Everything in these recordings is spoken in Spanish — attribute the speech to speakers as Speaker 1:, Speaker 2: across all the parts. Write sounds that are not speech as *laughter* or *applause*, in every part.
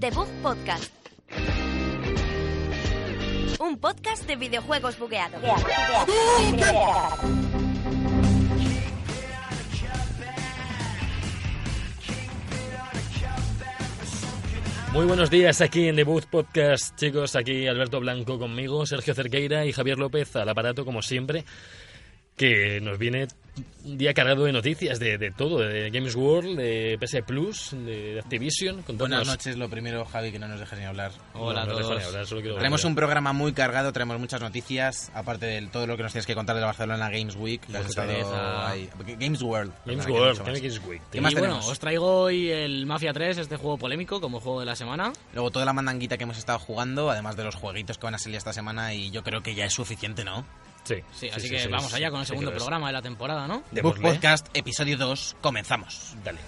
Speaker 1: Debug Podcast. Un podcast de videojuegos bugueados.
Speaker 2: Muy buenos días aquí en Debut Podcast, chicos. Aquí Alberto Blanco conmigo, Sergio Cerqueira y Javier López al aparato, como siempre, que nos viene un día cargado de noticias de, de todo, de Games World, de PS Plus, de Activision.
Speaker 3: Buenas
Speaker 2: contándonos-
Speaker 3: noches, lo primero, Javi, que no nos dejes ni hablar.
Speaker 2: Hola a todos. hablar, solo quiero
Speaker 3: Traemos
Speaker 2: hablar.
Speaker 3: un programa muy cargado, traemos muchas noticias, aparte de todo lo que nos tienes que contar de la Barcelona Games Week. que has estado
Speaker 4: pereza.
Speaker 3: ahí. Games World.
Speaker 2: Games
Speaker 3: Nada, que
Speaker 2: World,
Speaker 3: mucho más.
Speaker 2: Games Week.
Speaker 3: ¿Qué más
Speaker 4: y bueno,
Speaker 3: tenemos?
Speaker 4: os traigo hoy el Mafia 3, este juego polémico como juego de la semana.
Speaker 3: Luego toda la mandanguita que hemos estado jugando, además de los jueguitos que van a salir esta semana, y yo creo que ya es suficiente, ¿no?
Speaker 2: Sí,
Speaker 4: Sí,
Speaker 2: sí,
Speaker 4: así
Speaker 2: sí,
Speaker 4: que
Speaker 2: sí,
Speaker 4: vamos
Speaker 2: sí,
Speaker 4: allá con el
Speaker 2: sí,
Speaker 4: segundo
Speaker 2: creo que
Speaker 4: programa de la temporada, ¿no?
Speaker 2: De
Speaker 3: Book
Speaker 2: Borlé.
Speaker 3: Podcast, episodio 2, comenzamos.
Speaker 2: es. Dale.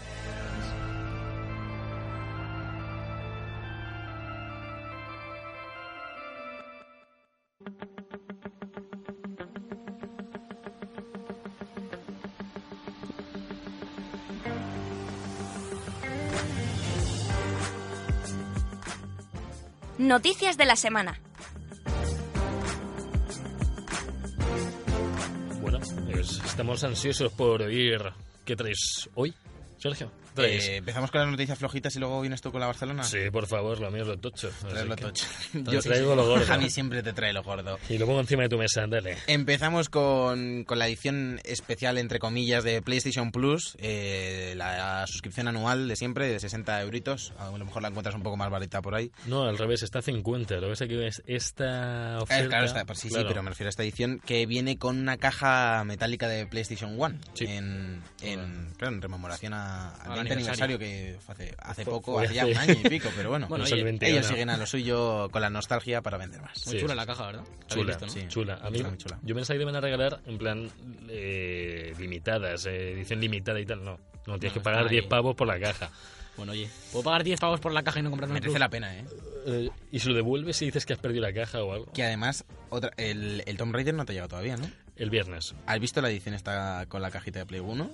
Speaker 1: Noticias de la semana.
Speaker 2: Bueno, pues estamos ansiosos por oír qué traes hoy, Sergio. ¿Traes?
Speaker 3: Eh, empezamos con las noticias flojitas y luego vienes tú con la Barcelona.
Speaker 2: Sí, por favor, lo mío es lo tocho.
Speaker 3: Traes
Speaker 2: así
Speaker 3: lo
Speaker 2: que-
Speaker 3: tocho. *laughs*
Speaker 2: Te traigo lo gordo.
Speaker 3: Javi siempre te trae lo gordo.
Speaker 2: Y lo pongo encima de tu mesa, dale.
Speaker 3: Empezamos con, con la edición especial, entre comillas, de PlayStation Plus, eh, la suscripción anual de siempre, de 60 euritos. A lo mejor la encuentras un poco más barata por ahí.
Speaker 2: No, al revés, está a 50. Lo que pasa que es esta
Speaker 3: Eh,
Speaker 2: oferta...
Speaker 3: claro, está, sí, sí,
Speaker 2: claro.
Speaker 3: pero me refiero a esta edición que viene con una caja metálica de PlayStation One.
Speaker 2: Sí.
Speaker 3: En, en, claro, en rememoración a- al
Speaker 4: Al
Speaker 3: 20 aniversario,
Speaker 4: aniversario.
Speaker 3: que fue hace, hace
Speaker 2: Fue-
Speaker 3: poco,
Speaker 2: fue
Speaker 3: hace ya
Speaker 4: *laughs*
Speaker 2: hace-
Speaker 3: un año y pico, pero bueno.
Speaker 4: Bueno,
Speaker 2: No es el
Speaker 4: oye,
Speaker 2: 21,
Speaker 3: ellos
Speaker 2: no.
Speaker 3: siguen a lo suyo con la nostalgia para vender más.
Speaker 4: Muy
Speaker 2: Sí,
Speaker 4: chula
Speaker 2: sí,
Speaker 4: la
Speaker 2: sí.
Speaker 4: caja, ¿verdad? ¿La habéis
Speaker 2: Chula,
Speaker 4: visto, no?
Speaker 3: sí.
Speaker 2: chula. A mí,
Speaker 3: Chula, muy chula.
Speaker 2: Yo pensaba que iban a regalar en plan eh, limitadas, eh, edición limitada y tal. No, no tienes
Speaker 4: No,
Speaker 2: que pagar
Speaker 4: está
Speaker 2: 10
Speaker 4: ahí.
Speaker 2: pavos por la caja.
Speaker 4: Bueno, oye, ¿puedo pagar 10 pavos por la caja y no comprarme un
Speaker 3: Merece
Speaker 4: Plus?
Speaker 3: la pena, ¿eh?
Speaker 2: Eh, y si lo devuelves y dices que has perdido la caja o algo.
Speaker 3: Que además, otra, el, el Tomb Raider no te ha llegado todavía, ¿no?
Speaker 2: El viernes.
Speaker 3: ¿Has visto la edición esta con la cajita de Play 1?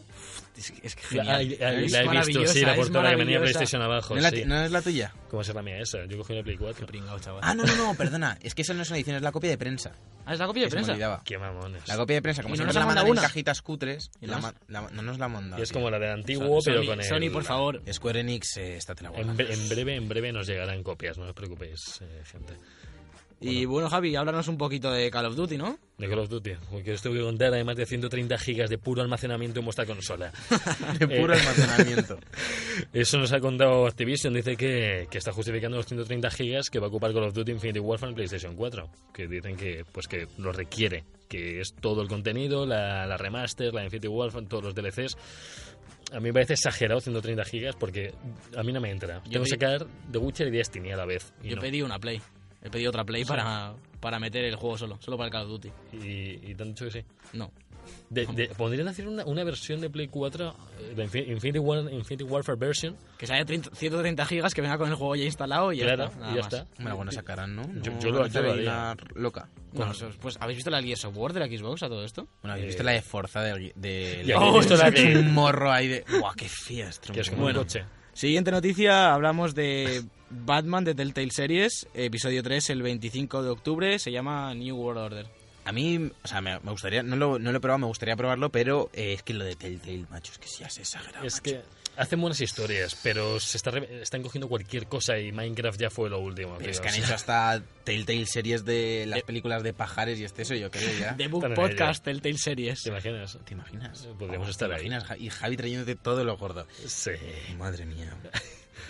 Speaker 3: Es, que
Speaker 2: La, ay, ay, la he visto,
Speaker 4: maravillosa,
Speaker 2: sí, la
Speaker 4: es
Speaker 2: portada que venía
Speaker 4: maravillosa.
Speaker 2: PlayStation abajo.
Speaker 3: ¿No, es la,
Speaker 2: sí.
Speaker 3: ti- no es la tuya?
Speaker 2: ¿Cómo será la mía esa? Yo cogí una Play 4. Qué,
Speaker 4: Pringao, chaval.
Speaker 3: Ah, no, no, no, perdona. Es que eso no es una edición, es la copia de prensa.
Speaker 4: Ah, es la copia de
Speaker 3: Que se me
Speaker 4: prensa.
Speaker 3: olvidaba.
Speaker 2: mamones.
Speaker 3: La copia de prensa, como
Speaker 4: ¿Y no
Speaker 3: siempre
Speaker 4: nos
Speaker 3: la
Speaker 4: ha
Speaker 3: mandan
Speaker 4: mandado
Speaker 3: en
Speaker 4: una?
Speaker 3: cajitas cutres,
Speaker 4: ¿Y
Speaker 3: la
Speaker 4: no
Speaker 3: ma- la ma- no nos la mandan.
Speaker 2: es como la del antiguo, pero
Speaker 4: Sony,
Speaker 2: con el...
Speaker 4: Sony, por favor.
Speaker 3: Square Enix, eh, esta te la guarda.
Speaker 2: En, bre- en breve, en breve nos llegarán copias, no os preocupéis, eh, gente.
Speaker 4: Y bueno, Javi, háblanos un poquito de Call of Duty, ¿no?
Speaker 2: De Call of Duty, porque os tengo que contar además de 130 gigas de puro almacenamiento en vuestra
Speaker 4: *laughs*
Speaker 2: consola.
Speaker 3: *laughs* De puro
Speaker 2: Eh,
Speaker 3: almacenamiento.
Speaker 2: Eso nos ha contado Activision, dice que, que está justificando los 130 gigas que va a ocupar Call of Duty Infinity Warfare en PlayStation 4, que dicen que pues que lo requiere, que es todo el contenido, la, la remaster, la Infinity Warfare, todos los DLCs. A mí me parece exagerado 130 gigas porque a mí no me entra. Tengo
Speaker 4: Yo
Speaker 2: que
Speaker 4: vi-
Speaker 2: sacar The Witcher y Destiny a la vez. y
Speaker 4: Yo
Speaker 2: no.
Speaker 4: pedí una Play. He pedido otra Play para, para meter el juego solo, solo para el Call of Duty.
Speaker 2: Y, y te han dicho que sí.
Speaker 4: No.
Speaker 2: De- de- ¿Podrían hacer una, una versión de Play 4, eh, la Infin- Infinity, War- Infinity Warfare version?
Speaker 4: Que se haya 30 130 gigas, que venga con el juego ya instalado y ya
Speaker 2: Claro,
Speaker 4: está. nada
Speaker 2: y ya
Speaker 4: más.
Speaker 2: está.
Speaker 3: Bueno, bueno, sacarán, ¿no?
Speaker 2: Yo-
Speaker 3: No
Speaker 2: yo lo-
Speaker 3: van a hacer
Speaker 2: yo lo
Speaker 3: ahí
Speaker 2: haría.
Speaker 3: una loca.
Speaker 4: Bueno, pues ¿habéis visto la Gears of War de la Xbox a todo esto?
Speaker 3: Bueno,
Speaker 2: Eh,
Speaker 3: ¿habéis visto la de Forza del... del- *laughs*
Speaker 2: Ya, Oh, ¿habéis visto la que-
Speaker 3: Un morro ahí de... ¡Buah, qué fiesta!
Speaker 2: Que es como
Speaker 4: Bueno.
Speaker 2: un coche.
Speaker 4: Siguiente noticia, hablamos de Batman de Telltale Series, episodio 3 el 25 de octubre, se llama New World Order.
Speaker 3: A mí, o sea, me, me gustaría, no lo, no lo he probado, me gustaría probarlo, pero eh, es que lo de Telltale, macho, es que ya se exagera.
Speaker 2: Es
Speaker 3: macho.
Speaker 2: que hacen buenas historias, pero se está re- están cogiendo cualquier cosa y Minecraft ya fue lo último.
Speaker 3: Pero es
Speaker 2: tío,
Speaker 3: que han
Speaker 2: o sea,
Speaker 3: hecho hasta Telltale series de
Speaker 2: Eh,
Speaker 3: las películas de pajares y este eso, yo creo ya.
Speaker 4: The Book
Speaker 2: Están en
Speaker 4: Podcast Telltale Series.
Speaker 2: ¿Te imaginas?
Speaker 3: ¿Te imaginas?
Speaker 2: Eh, Podríamos
Speaker 3: ¿Te
Speaker 2: estar ahí. Eh,
Speaker 3: imaginas? Ja- Y Javi trayéndote todo lo gordo.
Speaker 2: Sí. *laughs*
Speaker 3: Madre mía.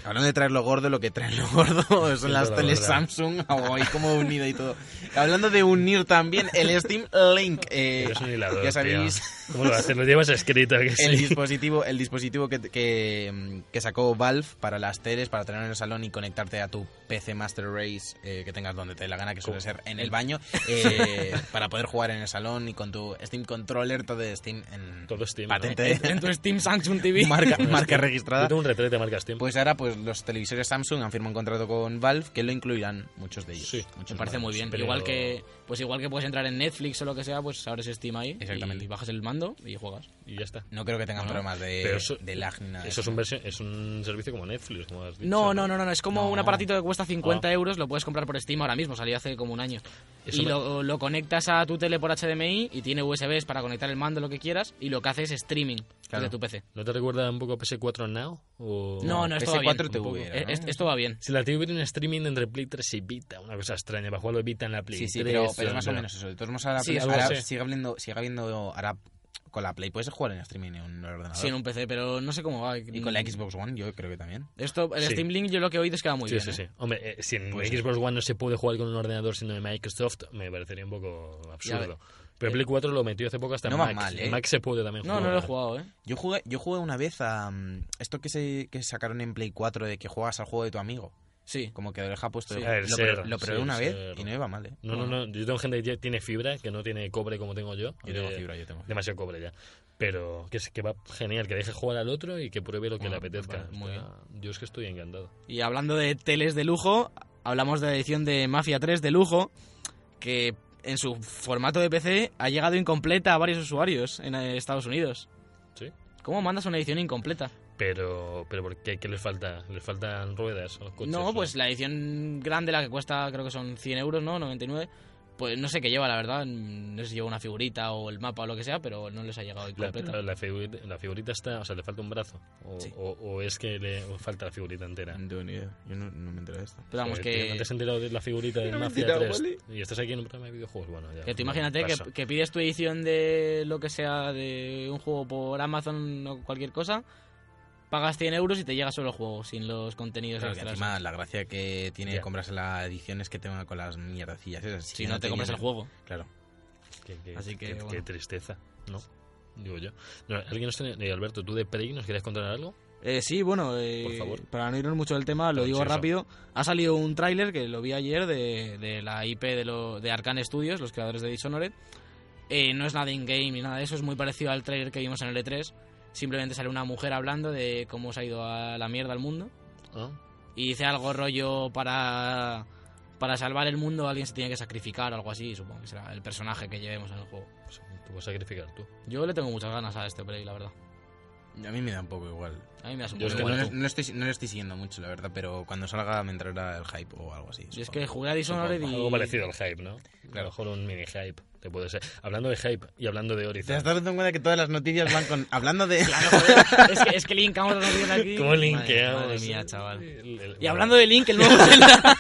Speaker 3: Hablando de traer lo gordo, lo que traen lo gordo son las
Speaker 2: la
Speaker 3: teles
Speaker 2: verdad.
Speaker 3: Samsung, *laughs* o ahí como unido y todo. Hablando de unir también, el Steam Link. eh,
Speaker 2: Eres un hilador,
Speaker 3: ya sabéis,
Speaker 2: tío. ¿Cómo lo haces? Lo llevas escrito, que *laughs*
Speaker 3: el
Speaker 2: sí.
Speaker 3: dispositivo, el dispositivo que, que- que sacó Valve para las teles, para tener en el salón y conectarte a tu PC Master Race eh, que tengas donde te dé la gana, que suele ser en
Speaker 2: *laughs*
Speaker 3: el baño, eh, para poder jugar en el salón y con tu Steam Controller, todo de Steam en
Speaker 2: Todo Steam, ¿no?
Speaker 3: patente,
Speaker 4: En tu Steam Samsung TV.
Speaker 3: marca,
Speaker 2: Bueno, es
Speaker 3: *laughs* marca
Speaker 2: que Yo
Speaker 3: registrada.
Speaker 2: tengo un retrete de marcas tiempo.
Speaker 3: Pues ahora ahora pues los televisores Samsung han firmado un contrato con Valve que lo incluirán muchos de ellos.
Speaker 2: Sí,
Speaker 3: muchos
Speaker 4: Me parece
Speaker 3: modelos.
Speaker 4: muy bien.
Speaker 2: pero-
Speaker 4: Igual que pues igual que puedes entrar en Netflix o lo que sea, pues abres Steam ahí
Speaker 3: Exactamente.
Speaker 4: y bajas el mando y juegas.
Speaker 2: Y ya está.
Speaker 3: No creo que tengan
Speaker 4: No, no.
Speaker 3: problemas de,
Speaker 2: Pero eso-
Speaker 3: de lag ni nada. de
Speaker 2: Eso es un, versión- es un servicio como Netflix, como has dicho.
Speaker 4: No, no, no, no, no, es como
Speaker 3: No.
Speaker 4: un aparatito que cuesta 50
Speaker 2: Ah.
Speaker 4: euros, lo puedes comprar por Steam ahora mismo, salió hace como un año.
Speaker 2: Eso
Speaker 4: y
Speaker 2: me-
Speaker 4: lo, lo conectas a tu tele por HDMI y tiene USBs para conectar el mando, lo que quieras, y lo que hace es streaming
Speaker 3: Claro.
Speaker 4: desde tu PC.
Speaker 2: ¿No te recuerda un poco a PS4 Now? O...
Speaker 4: No, no, esto va bien.
Speaker 3: PS4 TV
Speaker 4: Un poco.
Speaker 3: era,
Speaker 4: Eh,
Speaker 3: ¿no?
Speaker 4: est- Esto va bien.
Speaker 2: Si la TV tiene un streaming entre Play 3 y Vita, una cosa extraña, para jugarlo Vita en la Play
Speaker 3: Sí, sí,
Speaker 2: 3.
Speaker 3: pero, pero es
Speaker 2: o
Speaker 3: más o
Speaker 2: sea,
Speaker 3: menos eso. De todos modos, ahora,
Speaker 2: Sí, algo
Speaker 3: ahora
Speaker 2: así.
Speaker 3: sigue habiendo, sigue habiendo ahora con la Play puedes jugar en streaming en un ordenador.
Speaker 4: Sí, en un PC, pero no sé cómo va.
Speaker 3: Y con la Xbox One yo creo que también.
Speaker 4: Esto, el
Speaker 2: Sí.
Speaker 4: Steam Link, yo lo que he oído es que va muy
Speaker 2: Sí,
Speaker 4: bien.
Speaker 2: sí,
Speaker 4: ¿eh?
Speaker 2: sí. Hombre, eh, si en
Speaker 3: Pues sí.
Speaker 2: Xbox One no se puede jugar con un ordenador sino de Microsoft, me parecería un poco absurdo.
Speaker 4: ves.
Speaker 2: Pero en Play 4 lo metió hace poco hasta
Speaker 3: No
Speaker 2: en
Speaker 3: va
Speaker 2: Mac.
Speaker 3: mal, ¿eh?
Speaker 2: En Mac se puede también
Speaker 4: No,
Speaker 2: jugar.
Speaker 4: no lo he jugado, ¿eh?
Speaker 3: Yo jugué, yo jugué una vez a mm, esto que se que sacaron en Play 4 de que juegas al juego de tu amigo.
Speaker 4: Sí.
Speaker 3: Como que lo deja puesto.
Speaker 2: Sí,
Speaker 3: Lo-
Speaker 2: el
Speaker 3: lo,
Speaker 2: ser,
Speaker 3: pro- lo probé
Speaker 2: sí, el
Speaker 3: una vez
Speaker 2: ser.
Speaker 3: y no iba mal, eh.
Speaker 2: No, no, no. Yo tengo gente que ya tiene fibra, que no tiene cobre como tengo yo.
Speaker 3: Yo tengo
Speaker 2: Eh,
Speaker 3: fibra, yo tengo fibra.
Speaker 2: Demasiado cobre ya. Pero que, es- que va genial, que deje jugar al otro y que pruebe lo que
Speaker 3: Ah,
Speaker 2: le apetezca.
Speaker 3: vale, muy
Speaker 2: O sea, Yo es que estoy encantado.
Speaker 4: Y hablando de teles de lujo, hablamos de la edición de Mafia 3 de lujo, que en su formato de PC ha llegado incompleta a varios usuarios en eh, Estados Unidos.
Speaker 2: Sí.
Speaker 4: ¿Cómo mandas una edición incompleta?
Speaker 2: Pero, pero ¿por qué? ¿Qué les falta? ¿Les faltan ruedas a los coches?
Speaker 4: no,
Speaker 2: o-
Speaker 4: pues la edición grande, la que cuesta creo que son 100 euros, ¿no? 99. Pues no sé qué lleva, la verdad. No sé si lleva una figurita o el mapa o lo que sea, pero no les ha llegado
Speaker 2: La,
Speaker 4: incompleta.
Speaker 2: la- la figurita, la figurita está, o sea, le falta un brazo. O,
Speaker 4: Sí.
Speaker 2: o- o es que le o falta la figurita entera.
Speaker 3: No tengo ni idea. Yo no, no me entero de esto.
Speaker 4: Pero vamos,
Speaker 2: Eh, tío,
Speaker 4: que,
Speaker 2: ¿No te has enterado de la figurita del
Speaker 3: Mira, me he
Speaker 2: Mafia
Speaker 3: enterado,
Speaker 2: 3?
Speaker 3: ¿vale?
Speaker 2: Y estás aquí en un programa de videojuegos. Bueno, ya.
Speaker 4: que
Speaker 2: bueno,
Speaker 4: tú imagínate
Speaker 2: paso.
Speaker 4: que, que pides tu edición de lo que sea, de un juego por Amazon o cualquier cosa, pagas 100 euros y te llega solo el juego, sin los contenidos
Speaker 3: Claro, que
Speaker 4: extras.
Speaker 3: encima la gracia que tiene
Speaker 2: Ya.
Speaker 3: comprarse la edición es que te va con las mierdecillas esas.
Speaker 4: si no te compras el
Speaker 3: viene-
Speaker 4: juego.
Speaker 3: Claro.
Speaker 2: Que- que-
Speaker 4: Así que,
Speaker 2: que-
Speaker 4: bueno.
Speaker 2: qué tristeza, ¿no? Digo yo. No, ¿Alguien nos tiene- eh, Alberto, ¿tú de Prey nos querías contar algo?
Speaker 4: Eh, sí, bueno, eh,
Speaker 2: Por favor.
Speaker 4: para no irnos mucho del tema, lo
Speaker 2: Pero
Speaker 4: digo
Speaker 2: sí, eso.
Speaker 4: rápido. Ha salido un tráiler que lo vi ayer de, de la IP de, lo, de Arkane Studios, los creadores de Dishonored. Eh, no es nada in-game ni nada de eso, es muy parecido al tráiler que vimos en el E3. Simplemente sale una mujer hablando de cómo se ha ido a la mierda al mundo.
Speaker 2: ¿Ah?
Speaker 4: Y dice algo rollo para, para salvar el mundo alguien se tiene que sacrificar o algo así, supongo que será el personaje que llevemos en el juego.
Speaker 2: Pues, te puedes sacrificar tú.
Speaker 4: Yo le tengo muchas ganas a este play, la verdad.
Speaker 3: A mí me da un poco igual.
Speaker 4: A mí me hace un
Speaker 2: Yo es
Speaker 4: poco
Speaker 2: que
Speaker 3: no,
Speaker 4: igual.
Speaker 3: lo- no lo estoy, no lo estoy siguiendo mucho, la verdad, pero cuando salga me entrará el hype o algo así.
Speaker 4: Yo es
Speaker 3: supongo.
Speaker 4: que jugué a Dishonored y...
Speaker 2: Algo parecido al hype, ¿no? A lo
Speaker 3: Claro.
Speaker 2: mejor un mini hype. Te puede ser. Hablando de hype y hablando de
Speaker 3: ¿Te has
Speaker 2: Horizon.
Speaker 3: dado en cuenta que todas las noticias van con... Hablando *laughs* de...
Speaker 4: Claro, joder, es, que, es que linkamos los vídeos
Speaker 2: *laughs*
Speaker 4: aquí.
Speaker 2: ¿Cómo
Speaker 4: Madre-
Speaker 2: linkeamos?
Speaker 4: Madre mía, chaval.
Speaker 2: El- el-
Speaker 4: Y
Speaker 2: bueno,
Speaker 4: hablando de Link, el
Speaker 2: *laughs*
Speaker 4: nuevo Zelda.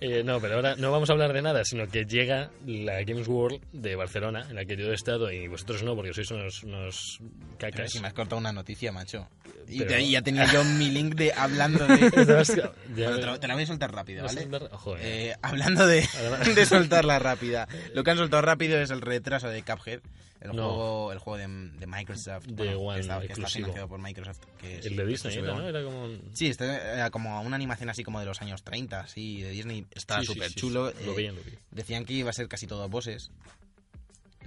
Speaker 2: eh, no, pero ahora no vamos a hablar de nada, sino que llega la Games World de Barcelona, en la que yo he estado y vosotros no, porque sois unos, unos
Speaker 3: Pero
Speaker 2: cacas.
Speaker 3: si me has cortado una noticia, macho. Y
Speaker 2: Pero-
Speaker 3: de *laughs* ahí ya tenía yo mi link de hablando *laughs* de...
Speaker 2: *laughs* Ya-
Speaker 3: Bueno, te, la, te la voy a soltar rápida,
Speaker 2: Vas a
Speaker 3: ¿vale?
Speaker 2: andar- joder.
Speaker 3: Eh, hablando de,
Speaker 2: Además-
Speaker 3: *laughs* de soltarla rápida. Lo que han soltado rápido es el retraso de Cuphead, el
Speaker 2: No.
Speaker 3: juego, el juego de, de Microsoft,
Speaker 2: De
Speaker 3: bueno,
Speaker 2: One,
Speaker 3: que, está, que está
Speaker 2: exclusivo.
Speaker 3: financiado por Microsoft. Que es
Speaker 2: el de Disney,
Speaker 3: exclusivo
Speaker 2: era,
Speaker 3: de
Speaker 2: ¿no?
Speaker 3: One.
Speaker 2: Era como... un-
Speaker 3: Sí, este era como una animación así como de los años 30, así, de Disney. Está
Speaker 2: Sí, sí,
Speaker 3: súper
Speaker 2: sí,
Speaker 3: chulo.
Speaker 2: sí. Lo
Speaker 3: eh,
Speaker 2: vi, lo vi.
Speaker 3: Decían que iba a ser casi todo voces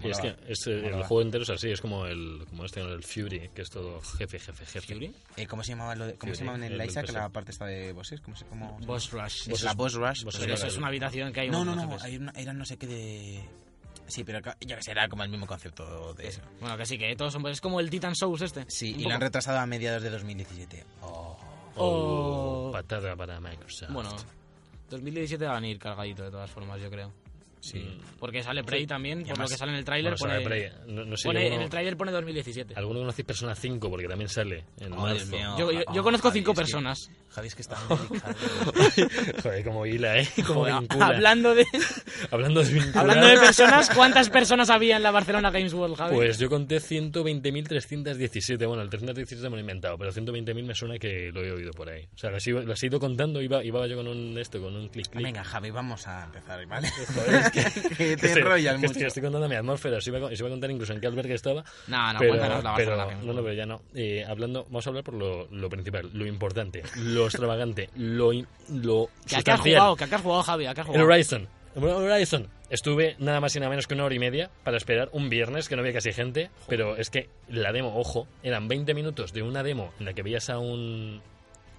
Speaker 2: Y es que es, eh, el
Speaker 3: Molaba.
Speaker 2: juego entero es así, es como el, como este, el Fury, que es todo jefe, jefe, jefe.
Speaker 4: ¿Fury?
Speaker 3: eh, ¿Cómo se llamaba, lo de- cómo
Speaker 2: Sí,
Speaker 3: se llamaba en
Speaker 2: el
Speaker 3: el
Speaker 2: del
Speaker 3: Isaac
Speaker 2: PC.
Speaker 3: la parte esta de voces? ¿Cómo se cómo...
Speaker 4: Boss Rush.
Speaker 3: Es la boss
Speaker 2: Boss
Speaker 3: rush. pues
Speaker 4: Pero
Speaker 2: rush.
Speaker 3: era-
Speaker 4: eso es una habitación que hay
Speaker 3: No,
Speaker 4: un
Speaker 3: no,
Speaker 4: montón de
Speaker 3: no,
Speaker 4: jefes.
Speaker 3: hay una- eran no sé qué de... Sí, pero ca- yo que sé, era como el mismo concepto de eso.
Speaker 4: Bueno, que sí, que todos son... pues, Es como el Titan Souls este.
Speaker 3: Sí,
Speaker 4: Un
Speaker 3: y
Speaker 4: poco.
Speaker 3: lo han retrasado a mediados de 2017. Oh.
Speaker 2: Oh,
Speaker 4: Oh.
Speaker 2: Patada para Microsoft.
Speaker 4: Bueno, 2017 van a ir cargadito de todas formas, yo creo.
Speaker 3: Sí.
Speaker 4: Porque sale Prey también, por lo
Speaker 3: además-
Speaker 4: que sale en el
Speaker 2: Bueno,
Speaker 4: tráiler.
Speaker 2: sobre
Speaker 4: pone-
Speaker 2: Prey, no, no sé,
Speaker 4: pone-
Speaker 2: alguno-
Speaker 4: en el tráiler pone 2017.
Speaker 2: alguno conoce Persona 5 porque también sale en
Speaker 3: Oh, Dios
Speaker 2: marzo.
Speaker 3: mío.
Speaker 4: Yo, yo- yo
Speaker 3: Oh,
Speaker 4: conozco
Speaker 3: Javi,
Speaker 4: cinco
Speaker 3: es que-
Speaker 4: personas.
Speaker 3: Javi, es que está muy delicado.
Speaker 2: *laughs*
Speaker 3: *laughs*
Speaker 2: Joder, como hila,
Speaker 4: *laughs*
Speaker 2: ¿eh? Como
Speaker 4: Joder,
Speaker 2: vincula. *laughs*
Speaker 4: hablando de,
Speaker 2: Hablando de vincular,
Speaker 4: hablando de personas, ¿cuántas personas había en la Barcelona Games World, Javi?
Speaker 2: Pues yo conté 120.317. Bueno, el 317 me lo he inventado, pero 120.000 me suena que lo he oído por ahí. O sea, las iba- las he ido contando, iba, iba yo con un esto, con un clic clic.
Speaker 3: Venga, Javi, vamos a empezar, ¿vale?
Speaker 2: Joder,
Speaker 3: es *laughs* que, que
Speaker 2: Que *laughs*
Speaker 3: te
Speaker 2: estoy-
Speaker 3: enrollas
Speaker 2: que
Speaker 3: mucho.
Speaker 2: Estoy, estoy contando mi atmósfera, os iba, a- os iba a contar incluso en qué albergue estaba.
Speaker 4: No, no,
Speaker 2: pero,
Speaker 4: cuéntanos la
Speaker 2: pero-
Speaker 4: Barcelona Games
Speaker 2: no, no, pero ya no. Eh, hablando, vamos a hablar por lo, lo principal, lo importante, lo extravagante, lo, in- lo
Speaker 4: Que acá has
Speaker 2: sustancial.
Speaker 4: jugado, que acá has jugado, Javi, acá has
Speaker 2: El
Speaker 4: jugado.
Speaker 2: Horizon. El Horizon. Estuve nada más y nada menos que una hora y media para esperar un viernes que no había casi gente, pero es que la demo, ojo, eran 20 minutos de una demo en la que veías a un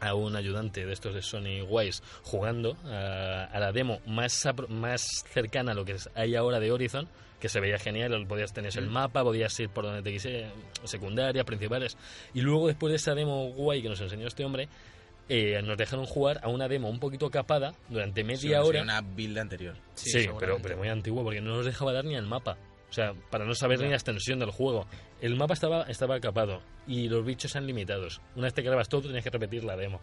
Speaker 2: a un ayudante de estos de Sony Wise jugando a, a la demo más, apro- más cercana a lo que es- hay ahora de Horizon, que se veía genial, podías tener
Speaker 3: Mm.
Speaker 2: el mapa, podías ir por donde te quise, secundarias, principales. Y luego después de esa demo guay que nos enseñó este hombre, eh, nos dejaron jugar a una demo un poquito capada durante media
Speaker 3: Sí, bueno,
Speaker 2: hora.
Speaker 3: sería una build anterior.
Speaker 2: Sí, pero, pero muy antiguo, porque no nos dejaba dar ni el mapa. O sea, para no saber ni la extensión del juego. El mapa estaba, estaba capado y los bichos eran limitados. Una vez te grabas todo, tenías que repetir la demo.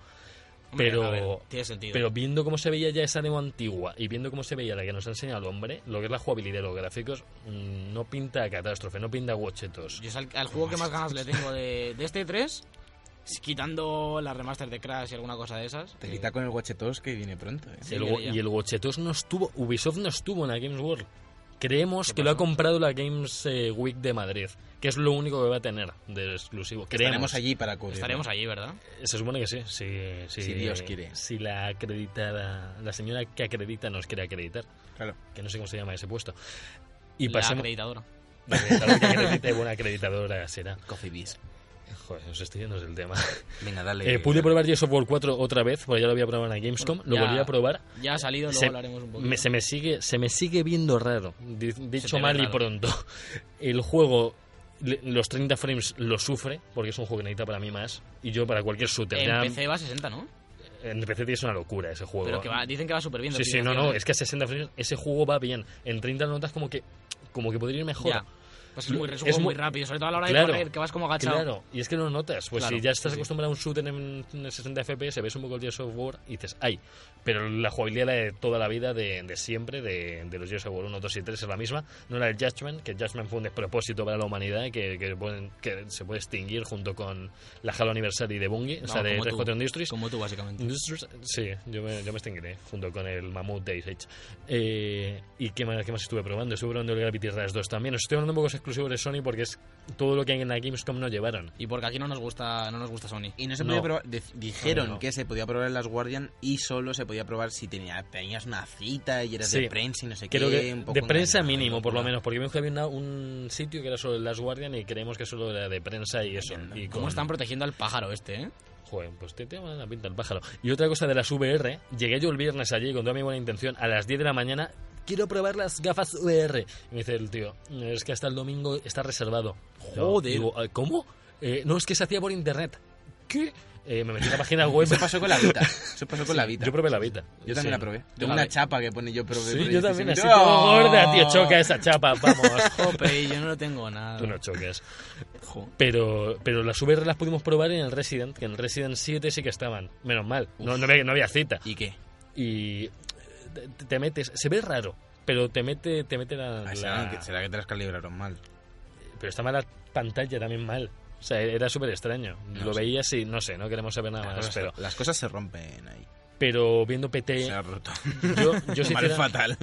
Speaker 4: Hombre,
Speaker 2: pero-
Speaker 4: a ver, tiene sentido.
Speaker 2: Pero viendo cómo se veía ya esa demo antigua y viendo cómo se veía la que nos ha enseñado el hombre, lo que es la jugabilidad y los gráficos, mm, no pinta a catástrofe, no pinta a guachetos.
Speaker 4: Yo es al, al juego que más ganas le tengo de, de este 3, quitando la remaster de Crash y alguna cosa de esas.
Speaker 3: Te
Speaker 4: que-
Speaker 3: quita con el guachetos que viene pronto. ¿eh?
Speaker 4: Sí,
Speaker 2: El
Speaker 4: que
Speaker 2: gu-
Speaker 4: ya.
Speaker 2: y el guachetos no estuvo, Ubisoft no estuvo en la Games World. Creemos
Speaker 4: ¿Qué
Speaker 2: que lo ha
Speaker 4: pasó?
Speaker 2: comprado la Games eh, Week de Madrid, que es lo único que va a tener de exclusivo. Creemos.
Speaker 3: Estaremos allí para cubrir.
Speaker 4: Estaremos allí, ¿verdad?
Speaker 2: Se supone que sí, si,
Speaker 3: Si Dios quiere.
Speaker 2: Si la acreditada, la señora que acredita nos quiere acreditar,
Speaker 3: Claro.
Speaker 2: que no sé cómo se llama ese puesto. Y
Speaker 4: La
Speaker 2: pasemos.
Speaker 4: acreditadora.
Speaker 2: La acreditadora que acredite, buena acreditadora será.
Speaker 3: Coffee Beast.
Speaker 2: Joder, os estoy yendo del tema.
Speaker 3: Venga, dale.
Speaker 2: Eh, pude probar Gears of War 4 otra vez, porque ya lo había probado en la Gamescom,
Speaker 4: Bueno, ya-
Speaker 2: lo volví a probar.
Speaker 4: Ya ha salido, luego
Speaker 2: Se-
Speaker 4: hablaremos un poquito.
Speaker 2: Me- se, me sigue, se me sigue viendo raro, di- dicho
Speaker 4: ve
Speaker 2: mal y
Speaker 4: raro.
Speaker 2: pronto. El juego, le- los 30 frames lo sufre, porque es un juego que necesita para mí más, y yo para cualquier shooter.
Speaker 4: En
Speaker 2: ya-
Speaker 4: PC va a 60, ¿no?
Speaker 2: En PC es una locura ese juego.
Speaker 4: Pero que va, dicen que va súper bien. de
Speaker 2: Sí, sí, no, no,
Speaker 4: optimización.
Speaker 2: es que a 60 frames ese juego va bien. En 30 notas como que como que podría ir mejor.
Speaker 4: Ya. Pues es, muy, es un
Speaker 2: Es
Speaker 4: juego
Speaker 2: muy-
Speaker 4: muy rápido, sobre todo a la hora
Speaker 2: Claro.
Speaker 4: de correr, que vas como agachado.
Speaker 2: Claro, y es que no notas. Pues
Speaker 4: Claro,
Speaker 2: si ya estás
Speaker 4: sí, sí.
Speaker 2: acostumbrado a un shooter en, en 60 FPS, ves un poco el Gears of War y dices, ¡ay! Pero la jugabilidad la de toda la vida, de, de siempre, de, de los Gears of War 1, 2 y 3 es la misma. No la del Judgment, que Judgment fue un despropósito para la humanidad que, que pueden- que se puede extinguir junto con la Halo Anniversary de Bungie, o
Speaker 4: No,
Speaker 2: sea, de
Speaker 4: como tú,
Speaker 2: 343 Industries.
Speaker 4: Como tú, básicamente.
Speaker 2: Industries- Sí, yo me, yo me extinguiré junto con el Mammoth Days Edge. Eh, ¿Y qué más, qué más estuve probando? Estuve probando el Gravity Rush 2 también. Os estoy hablando un poco exclusivos de Sony porque es todo lo que en la Gamescom no llevaron.
Speaker 4: Y porque aquí no nos gusta, no nos gusta Sony.
Speaker 3: Y no se
Speaker 2: No.
Speaker 3: podía probar. di- dijeron
Speaker 2: No, no.
Speaker 3: que se podía probar en las Guardian y solo se podía probar si tenía, tenías una cita y eras
Speaker 2: Sí.
Speaker 3: de prensa y no sé
Speaker 2: Creo
Speaker 3: qué.
Speaker 2: que
Speaker 3: un poco
Speaker 2: de
Speaker 3: una
Speaker 2: prensa
Speaker 3: llamada,
Speaker 2: mínimo,
Speaker 3: una
Speaker 2: por lo
Speaker 3: locura.
Speaker 2: menos, porque vimos que había una- un sitio que era solo el Last Guardian y creemos que solo era de prensa y eso.
Speaker 3: Entiendo.
Speaker 2: Y
Speaker 4: ¿Cómo
Speaker 2: con-
Speaker 4: están protegiendo al pájaro este, eh?
Speaker 2: Joder, pues te tengo la pinta el pájaro. Y otra cosa de las VR, llegué yo el viernes allí con toda mi buena intención, a las 10 de la mañana, quiero probar las gafas VR. Y me dice el tío, es que hasta el domingo está reservado. Yo
Speaker 4: Joder.
Speaker 2: digo, "Ah, ¿Cómo? Eh, no, es que se hacía por internet. ¿Qué? Eh, me metí en la
Speaker 3: *laughs*
Speaker 2: página web.
Speaker 3: Eso pasó con la Vita. Eso pasó con la Vita.
Speaker 2: Yo probé la Vita.
Speaker 3: Yo también
Speaker 2: Sí.
Speaker 3: la probé. Tengo
Speaker 4: la
Speaker 3: una
Speaker 4: ve-
Speaker 3: chapa que pone yo probé.
Speaker 2: Sí, yo
Speaker 3: PlayStation.
Speaker 2: también, así
Speaker 3: ¡No!
Speaker 2: como gorda, tío, choca esa chapa,
Speaker 3: *laughs*
Speaker 2: vamos.
Speaker 4: Jope, yo no lo tengo nada.
Speaker 2: Tú no chocas.
Speaker 4: Jo.
Speaker 2: Pero, pero las VR las pudimos probar en el Resident, que en el Resident 7 sí que estaban. Menos mal, no, no, había, no había cita.
Speaker 3: ¿Y qué?
Speaker 2: Y eh, te, te metes, se ve raro, pero te mete, te mete la...
Speaker 3: Ah,
Speaker 2: la-
Speaker 3: será, que, será que te las calibraron mal.
Speaker 2: Pero estaba la pantalla también mal. O sea, era súper extraño.
Speaker 3: No
Speaker 2: Lo
Speaker 3: sé. Ah,
Speaker 2: veías y no sé, no queremos saber nada
Speaker 3: las,
Speaker 2: más.
Speaker 3: cosas,
Speaker 2: Pero,
Speaker 3: las cosas se rompen ahí.
Speaker 2: pero viendo PT,
Speaker 3: Se ha roto.
Speaker 2: yo,
Speaker 3: *laughs*
Speaker 2: yo
Speaker 3: Mal
Speaker 2: sincera-
Speaker 3: fatal.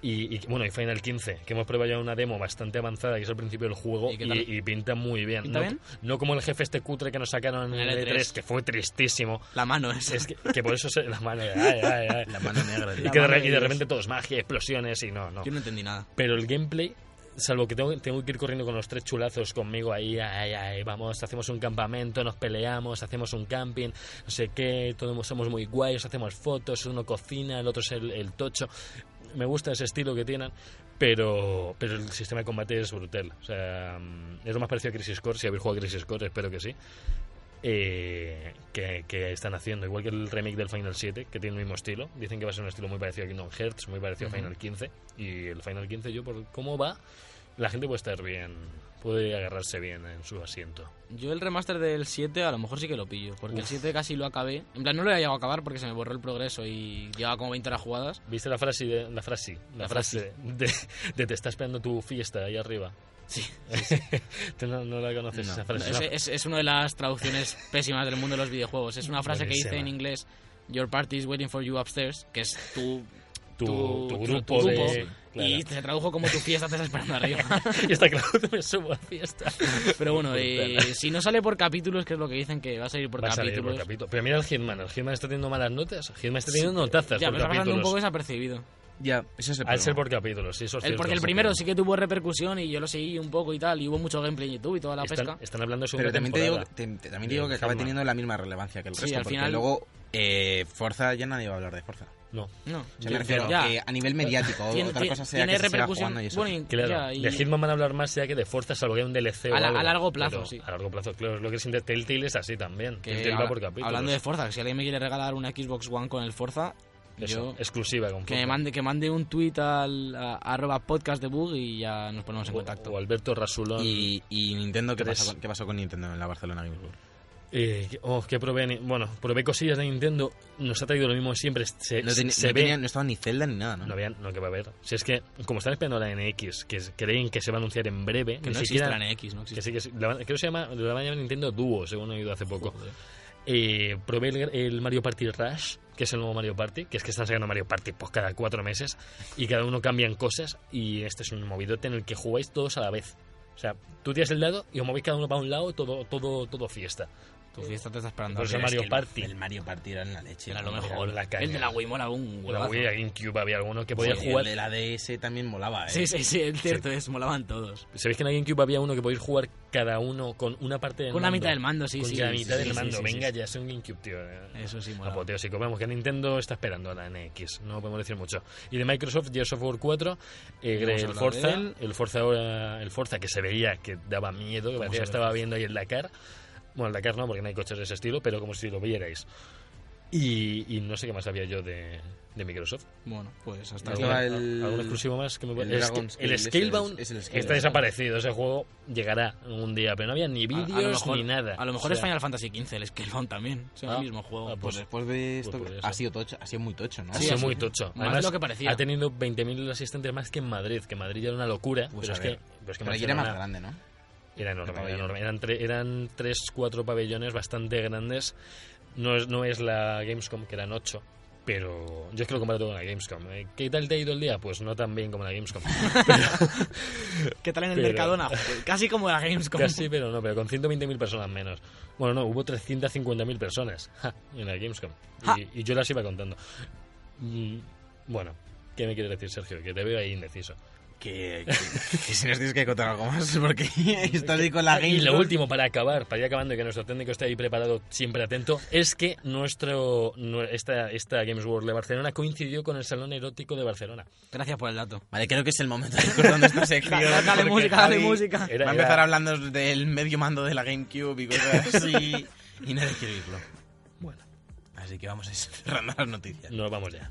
Speaker 2: Y, y, bueno, y Final 15, que hemos probado ya una demo bastante avanzada, que es el principio del juego,
Speaker 4: ¿Y
Speaker 2: y,
Speaker 4: qué tal?
Speaker 2: y pinta muy bien.
Speaker 4: ¿Pinta
Speaker 2: no,
Speaker 4: bien?
Speaker 2: no como el jefe este cutre que nos sacaron en el E3, que fue tristísimo.
Speaker 4: La mano ese.
Speaker 2: Es que, que por eso se, la mano. ay, ay,
Speaker 4: *laughs*
Speaker 2: ay.
Speaker 3: La mano *laughs* negra.
Speaker 2: y,
Speaker 3: tío.
Speaker 2: que de,
Speaker 4: mano
Speaker 2: re-
Speaker 4: de
Speaker 2: y de
Speaker 4: Dios.
Speaker 2: repente todo es magia, explosiones y no, no.
Speaker 4: Yo no entendí nada.
Speaker 2: Pero el gameplay, salvo que tengo, tengo que ir corriendo con los tres chulazos conmigo ahí, ay, ay, vamos, hacemos un campamento, nos peleamos, hacemos un camping, no sé qué, todos somos muy guayos, hacemos fotos, uno cocina, el otro es el, el tocho. Me gusta ese estilo que tienen, pero, pero el sistema de combate es brutal. O sea, mm, es lo más parecido a Crisis Core, si habéis jugado a Crisis Core, espero que sí. eh, que, que están haciendo, igual que el remake del Final 7, que tiene el mismo estilo. Dicen que va a ser un estilo muy parecido a Kingdom Hearts, muy parecido
Speaker 4: Ujú.
Speaker 2: a Final 15. Y el Final 15, yo, por cómo va, la gente puede estar bien, puede agarrarse bien en su asiento.
Speaker 4: Yo el remaster del 7 a lo mejor sí que lo pillo, porque el
Speaker 2: Uf.
Speaker 4: 7 casi lo acabé. En plan, no lo he llegado a acabar porque se me borró el progreso y llevaba como 20 horas jugadas.
Speaker 2: ¿Viste la frase? de- la frase, la
Speaker 4: La
Speaker 2: frase de, de te está esperando tu fiesta ahí arriba.
Speaker 4: Sí.
Speaker 2: *laughs* Tú no, no la conoces
Speaker 3: No.
Speaker 2: esa
Speaker 4: No,
Speaker 2: frase.
Speaker 4: es, es, es una de las traducciones *laughs* pésimas del mundo de los videojuegos. Es una frase que dice en
Speaker 2: Buenísima.
Speaker 4: inglés, Your party is waiting for you upstairs, que es tu,
Speaker 2: *laughs* Tu, tu grupo
Speaker 4: tu
Speaker 2: de...
Speaker 4: grupo,
Speaker 2: claro.
Speaker 4: Y se tradujo como tu fiesta te está esperando arriba.
Speaker 2: *laughs*
Speaker 4: *laughs*
Speaker 2: Y está claro que me subo a fiesta.
Speaker 4: Pero bueno,
Speaker 2: Brutal.
Speaker 4: eh, si no sale por capítulos, que es lo que dicen que va a salir por
Speaker 2: Va a salir
Speaker 4: capítulos.
Speaker 2: por capítulo. Pero mira el Hitman. El Hitman está teniendo malas notas. El Hitman está teniendo notazas
Speaker 4: ya,
Speaker 2: por
Speaker 4: pero está pasando un
Speaker 2: capítulos.
Speaker 4: poco desapercibido.
Speaker 3: Ya, ese es el
Speaker 2: Al
Speaker 3: problema.
Speaker 2: ser por capítulos, sí, eso es
Speaker 4: El-
Speaker 2: cierto,
Speaker 4: porque el
Speaker 2: sí
Speaker 4: primero
Speaker 2: que-
Speaker 4: sí que tuvo repercusión y yo lo seguí un poco y tal, y hubo mucho gameplay en YouTube y toda la
Speaker 2: Están,
Speaker 4: pesca.
Speaker 2: están hablando de segunda
Speaker 3: Pero también te digo,
Speaker 2: temporada.
Speaker 3: te- te- también
Speaker 2: de
Speaker 3: te digo que acaba
Speaker 2: Hitman.
Speaker 3: teniendo la misma relevancia que el
Speaker 4: Sí,
Speaker 3: resto,
Speaker 4: al
Speaker 3: porque
Speaker 4: final-
Speaker 3: luego eh, Forza ya nadie va a hablar de Forza.
Speaker 2: No.
Speaker 4: No.
Speaker 3: O sea,
Speaker 2: Yo-
Speaker 3: me refiero
Speaker 4: ya.
Speaker 3: que a nivel mediático,
Speaker 4: Tiene-
Speaker 3: otra
Speaker 4: tiene-
Speaker 3: cosa sea que
Speaker 4: tiene
Speaker 3: se siga
Speaker 4: repercusión.
Speaker 3: jugando y eso.
Speaker 4: Bueno, y-
Speaker 2: Claro,
Speaker 4: ya, y-
Speaker 2: de Hitman van a hablar más ya que de Forza, salvo que haya un DLC o
Speaker 4: A la-
Speaker 2: algo,
Speaker 4: a largo plazo,
Speaker 2: pero
Speaker 4: sí.
Speaker 2: A largo plazo, claro. Es lo que siente Telltale es así también.
Speaker 4: que
Speaker 2: Telltale va
Speaker 4: habla-
Speaker 2: por capítulos.
Speaker 4: hablando de Forza, que si alguien me quiere regalar una Xbox One con el Forza,
Speaker 2: Eso,
Speaker 4: yo
Speaker 2: exclusiva con
Speaker 4: que
Speaker 2: Forza.
Speaker 4: me mande que mande un tweet al a- arroba podcast de bug y ya nos ponemos en
Speaker 2: O-
Speaker 4: contacto.
Speaker 2: O Alberto Rasulón.
Speaker 3: Y, y Nintendo, ¿qué
Speaker 2: Tres.
Speaker 3: pasó, con, qué pasó con Nintendo en la Barcelona Games World?
Speaker 2: Eh, que- oh, que probé, ni- bueno, probé cosillas de Nintendo, nos ha traído lo mismo de siempre, Eh, se,
Speaker 3: No, teni-
Speaker 2: se
Speaker 3: no
Speaker 2: ve,
Speaker 3: tenía- no estaba ni Zelda ni nada, ¿no?
Speaker 2: no habían, no que va a haber, si es que, como están esperando la NX, que es- creen que se va a anunciar en breve,
Speaker 4: que
Speaker 2: ni
Speaker 4: no
Speaker 2: siquiera,
Speaker 4: existe la NX, no
Speaker 2: que
Speaker 4: existe.
Speaker 2: sí, que sí, la van- creo que se llama, la van a llamar Nintendo Duo, según he oído hace poco, Eh, probé el, el Mario Party Rush, que es el nuevo Mario Party, que es que están sacando Mario Party pues, cada cuatro meses y cada uno cambian cosas y este es un movidote en el que jugáis todos a la vez. O sea, tú tiras el dado y os movéis cada uno para un lado, todo, todo, todo fiesta.
Speaker 4: Tu fiesta te está esperando.
Speaker 2: Pero
Speaker 3: Pero
Speaker 2: Mario
Speaker 3: que el-
Speaker 2: Party.
Speaker 3: El, Mario Party era en la leche.
Speaker 4: Era lo
Speaker 3: ¿no?
Speaker 4: mejor.
Speaker 2: pues, la caña.
Speaker 4: el de la Wii mola un
Speaker 2: La
Speaker 4: huevazo.
Speaker 2: Wii, la GameCube, había alguno que
Speaker 3: Joder,
Speaker 2: podía jugar.
Speaker 3: El de la DS también molaba, ¿eh?
Speaker 4: Sí, sí, sí, es cierto, es, molaban todos.
Speaker 2: ¿Sabéis que en la GameCube había uno que podéis jugar cada uno con una parte del
Speaker 4: Con la
Speaker 2: mando?
Speaker 4: mitad del mando, sí,
Speaker 2: Con
Speaker 4: sí.
Speaker 2: la
Speaker 4: sí,
Speaker 2: mitad
Speaker 4: sí,
Speaker 2: del
Speaker 4: sí,
Speaker 2: mando.
Speaker 4: sí,
Speaker 2: Venga,
Speaker 4: sí. Eh,
Speaker 2: ya es un GameCube, tío.
Speaker 4: Eso sí, mola.
Speaker 2: Apoteósico. Vamos, que Nintendo está esperando a la NX. No podemos decir mucho. Y de Microsoft, Gears of War 4, eh,
Speaker 4: Vamos a
Speaker 2: el
Speaker 4: hablar
Speaker 2: Forza,
Speaker 4: de él.
Speaker 2: el Forza ahora, el Forza que se veía que daba miedo, que parecía
Speaker 4: a
Speaker 2: que
Speaker 4: ver
Speaker 2: estaba viendo ahí el Dakar. Bueno, el Dakar no, porque no hay coches de ese estilo, pero como si lo vierais. Y, y no sé qué más había yo de, de Microsoft.
Speaker 4: Bueno, pues hasta
Speaker 3: Estaba
Speaker 4: aquí.
Speaker 2: ¿Algún-
Speaker 3: el-
Speaker 2: ¿Algún exclusivo más que me es
Speaker 3: el
Speaker 2: que
Speaker 3: Dragon's
Speaker 2: el
Speaker 3: Kill, ese,
Speaker 2: Scalebound
Speaker 3: es el
Speaker 2: está
Speaker 3: Scalebound.
Speaker 2: desaparecido. Ese juego llegará un día, pero no había ni
Speaker 4: A- a lo
Speaker 2: vídeos
Speaker 4: mejor-
Speaker 2: ni nada.
Speaker 4: A lo mejor
Speaker 2: O
Speaker 4: es
Speaker 2: sea,
Speaker 4: Final Fantasy XV, el Scalebound también. Es
Speaker 2: Ah,
Speaker 4: el mismo juego.
Speaker 2: ah,
Speaker 3: Pues
Speaker 2: pues-
Speaker 3: después de esto,
Speaker 2: podría ser.
Speaker 3: ha, sido tocho, ha sido muy tocho, ¿no?
Speaker 2: Ha
Speaker 4: Sí,
Speaker 2: sido
Speaker 4: ha
Speaker 2: muy
Speaker 4: sido-
Speaker 2: tocho.
Speaker 4: más de lo que parecía.
Speaker 2: ha tenido 20.000 asistentes más que en Madrid, que Madrid ya era una locura.
Speaker 3: Pues
Speaker 2: pero,
Speaker 3: a
Speaker 2: es que,
Speaker 3: ver.
Speaker 2: pero es que
Speaker 3: Pero ahí era más
Speaker 2: Barcelona
Speaker 3: grande, ¿no?
Speaker 2: era enorme,
Speaker 3: el
Speaker 2: era
Speaker 3: pabellón.
Speaker 2: enorme. Eran, tre- eran tres, cuatro pabellones bastante grandes. No es, no es la Gamescom, que eran ocho. Pero yo es que lo comparo todo con la Gamescom. Eh, ¿Qué tal te ha ido el día? Pues no tan bien como la Gamescom.
Speaker 4: ¿Qué tal en el
Speaker 2: Pero-
Speaker 4: Mercadona? Joder, Casi como la Gamescom.
Speaker 2: Casi, pero no, pero con 120.000 personas menos. Bueno, no, hubo 350.000 personas *laughs* ja, en la Gamescom.
Speaker 4: Ja.
Speaker 2: Y, y yo las iba contando. Mm, Bueno, ¿qué me quieres decir, Sergio? Que te veo ahí indeciso.
Speaker 3: *laughs* Que, que- que si nos tienes que contar algo más, porque estás ahí con la
Speaker 2: y
Speaker 3: Games
Speaker 2: lo
Speaker 3: World.
Speaker 2: último, para acabar, para ir acabando y que nuestro técnico esté ahí preparado, siempre atento, es que nuestro nue- esta, esta Games World de Barcelona coincidió con el Salón Erótico de Barcelona.
Speaker 4: Gracias por el dato.
Speaker 3: Vale, creo que es el momento de ir cortando esta sección.
Speaker 4: Dale, dale
Speaker 3: porque
Speaker 4: música, dale
Speaker 3: Javi
Speaker 4: música.
Speaker 2: Era-
Speaker 3: va a empezar
Speaker 2: era-
Speaker 3: hablando del medio mando de la GameCube y cosas así. y nadie quiere oírlo.
Speaker 2: Bueno,
Speaker 3: Así que vamos a ir cerrando las
Speaker 2: *laughs*
Speaker 3: noticias.
Speaker 2: nos vamos ya.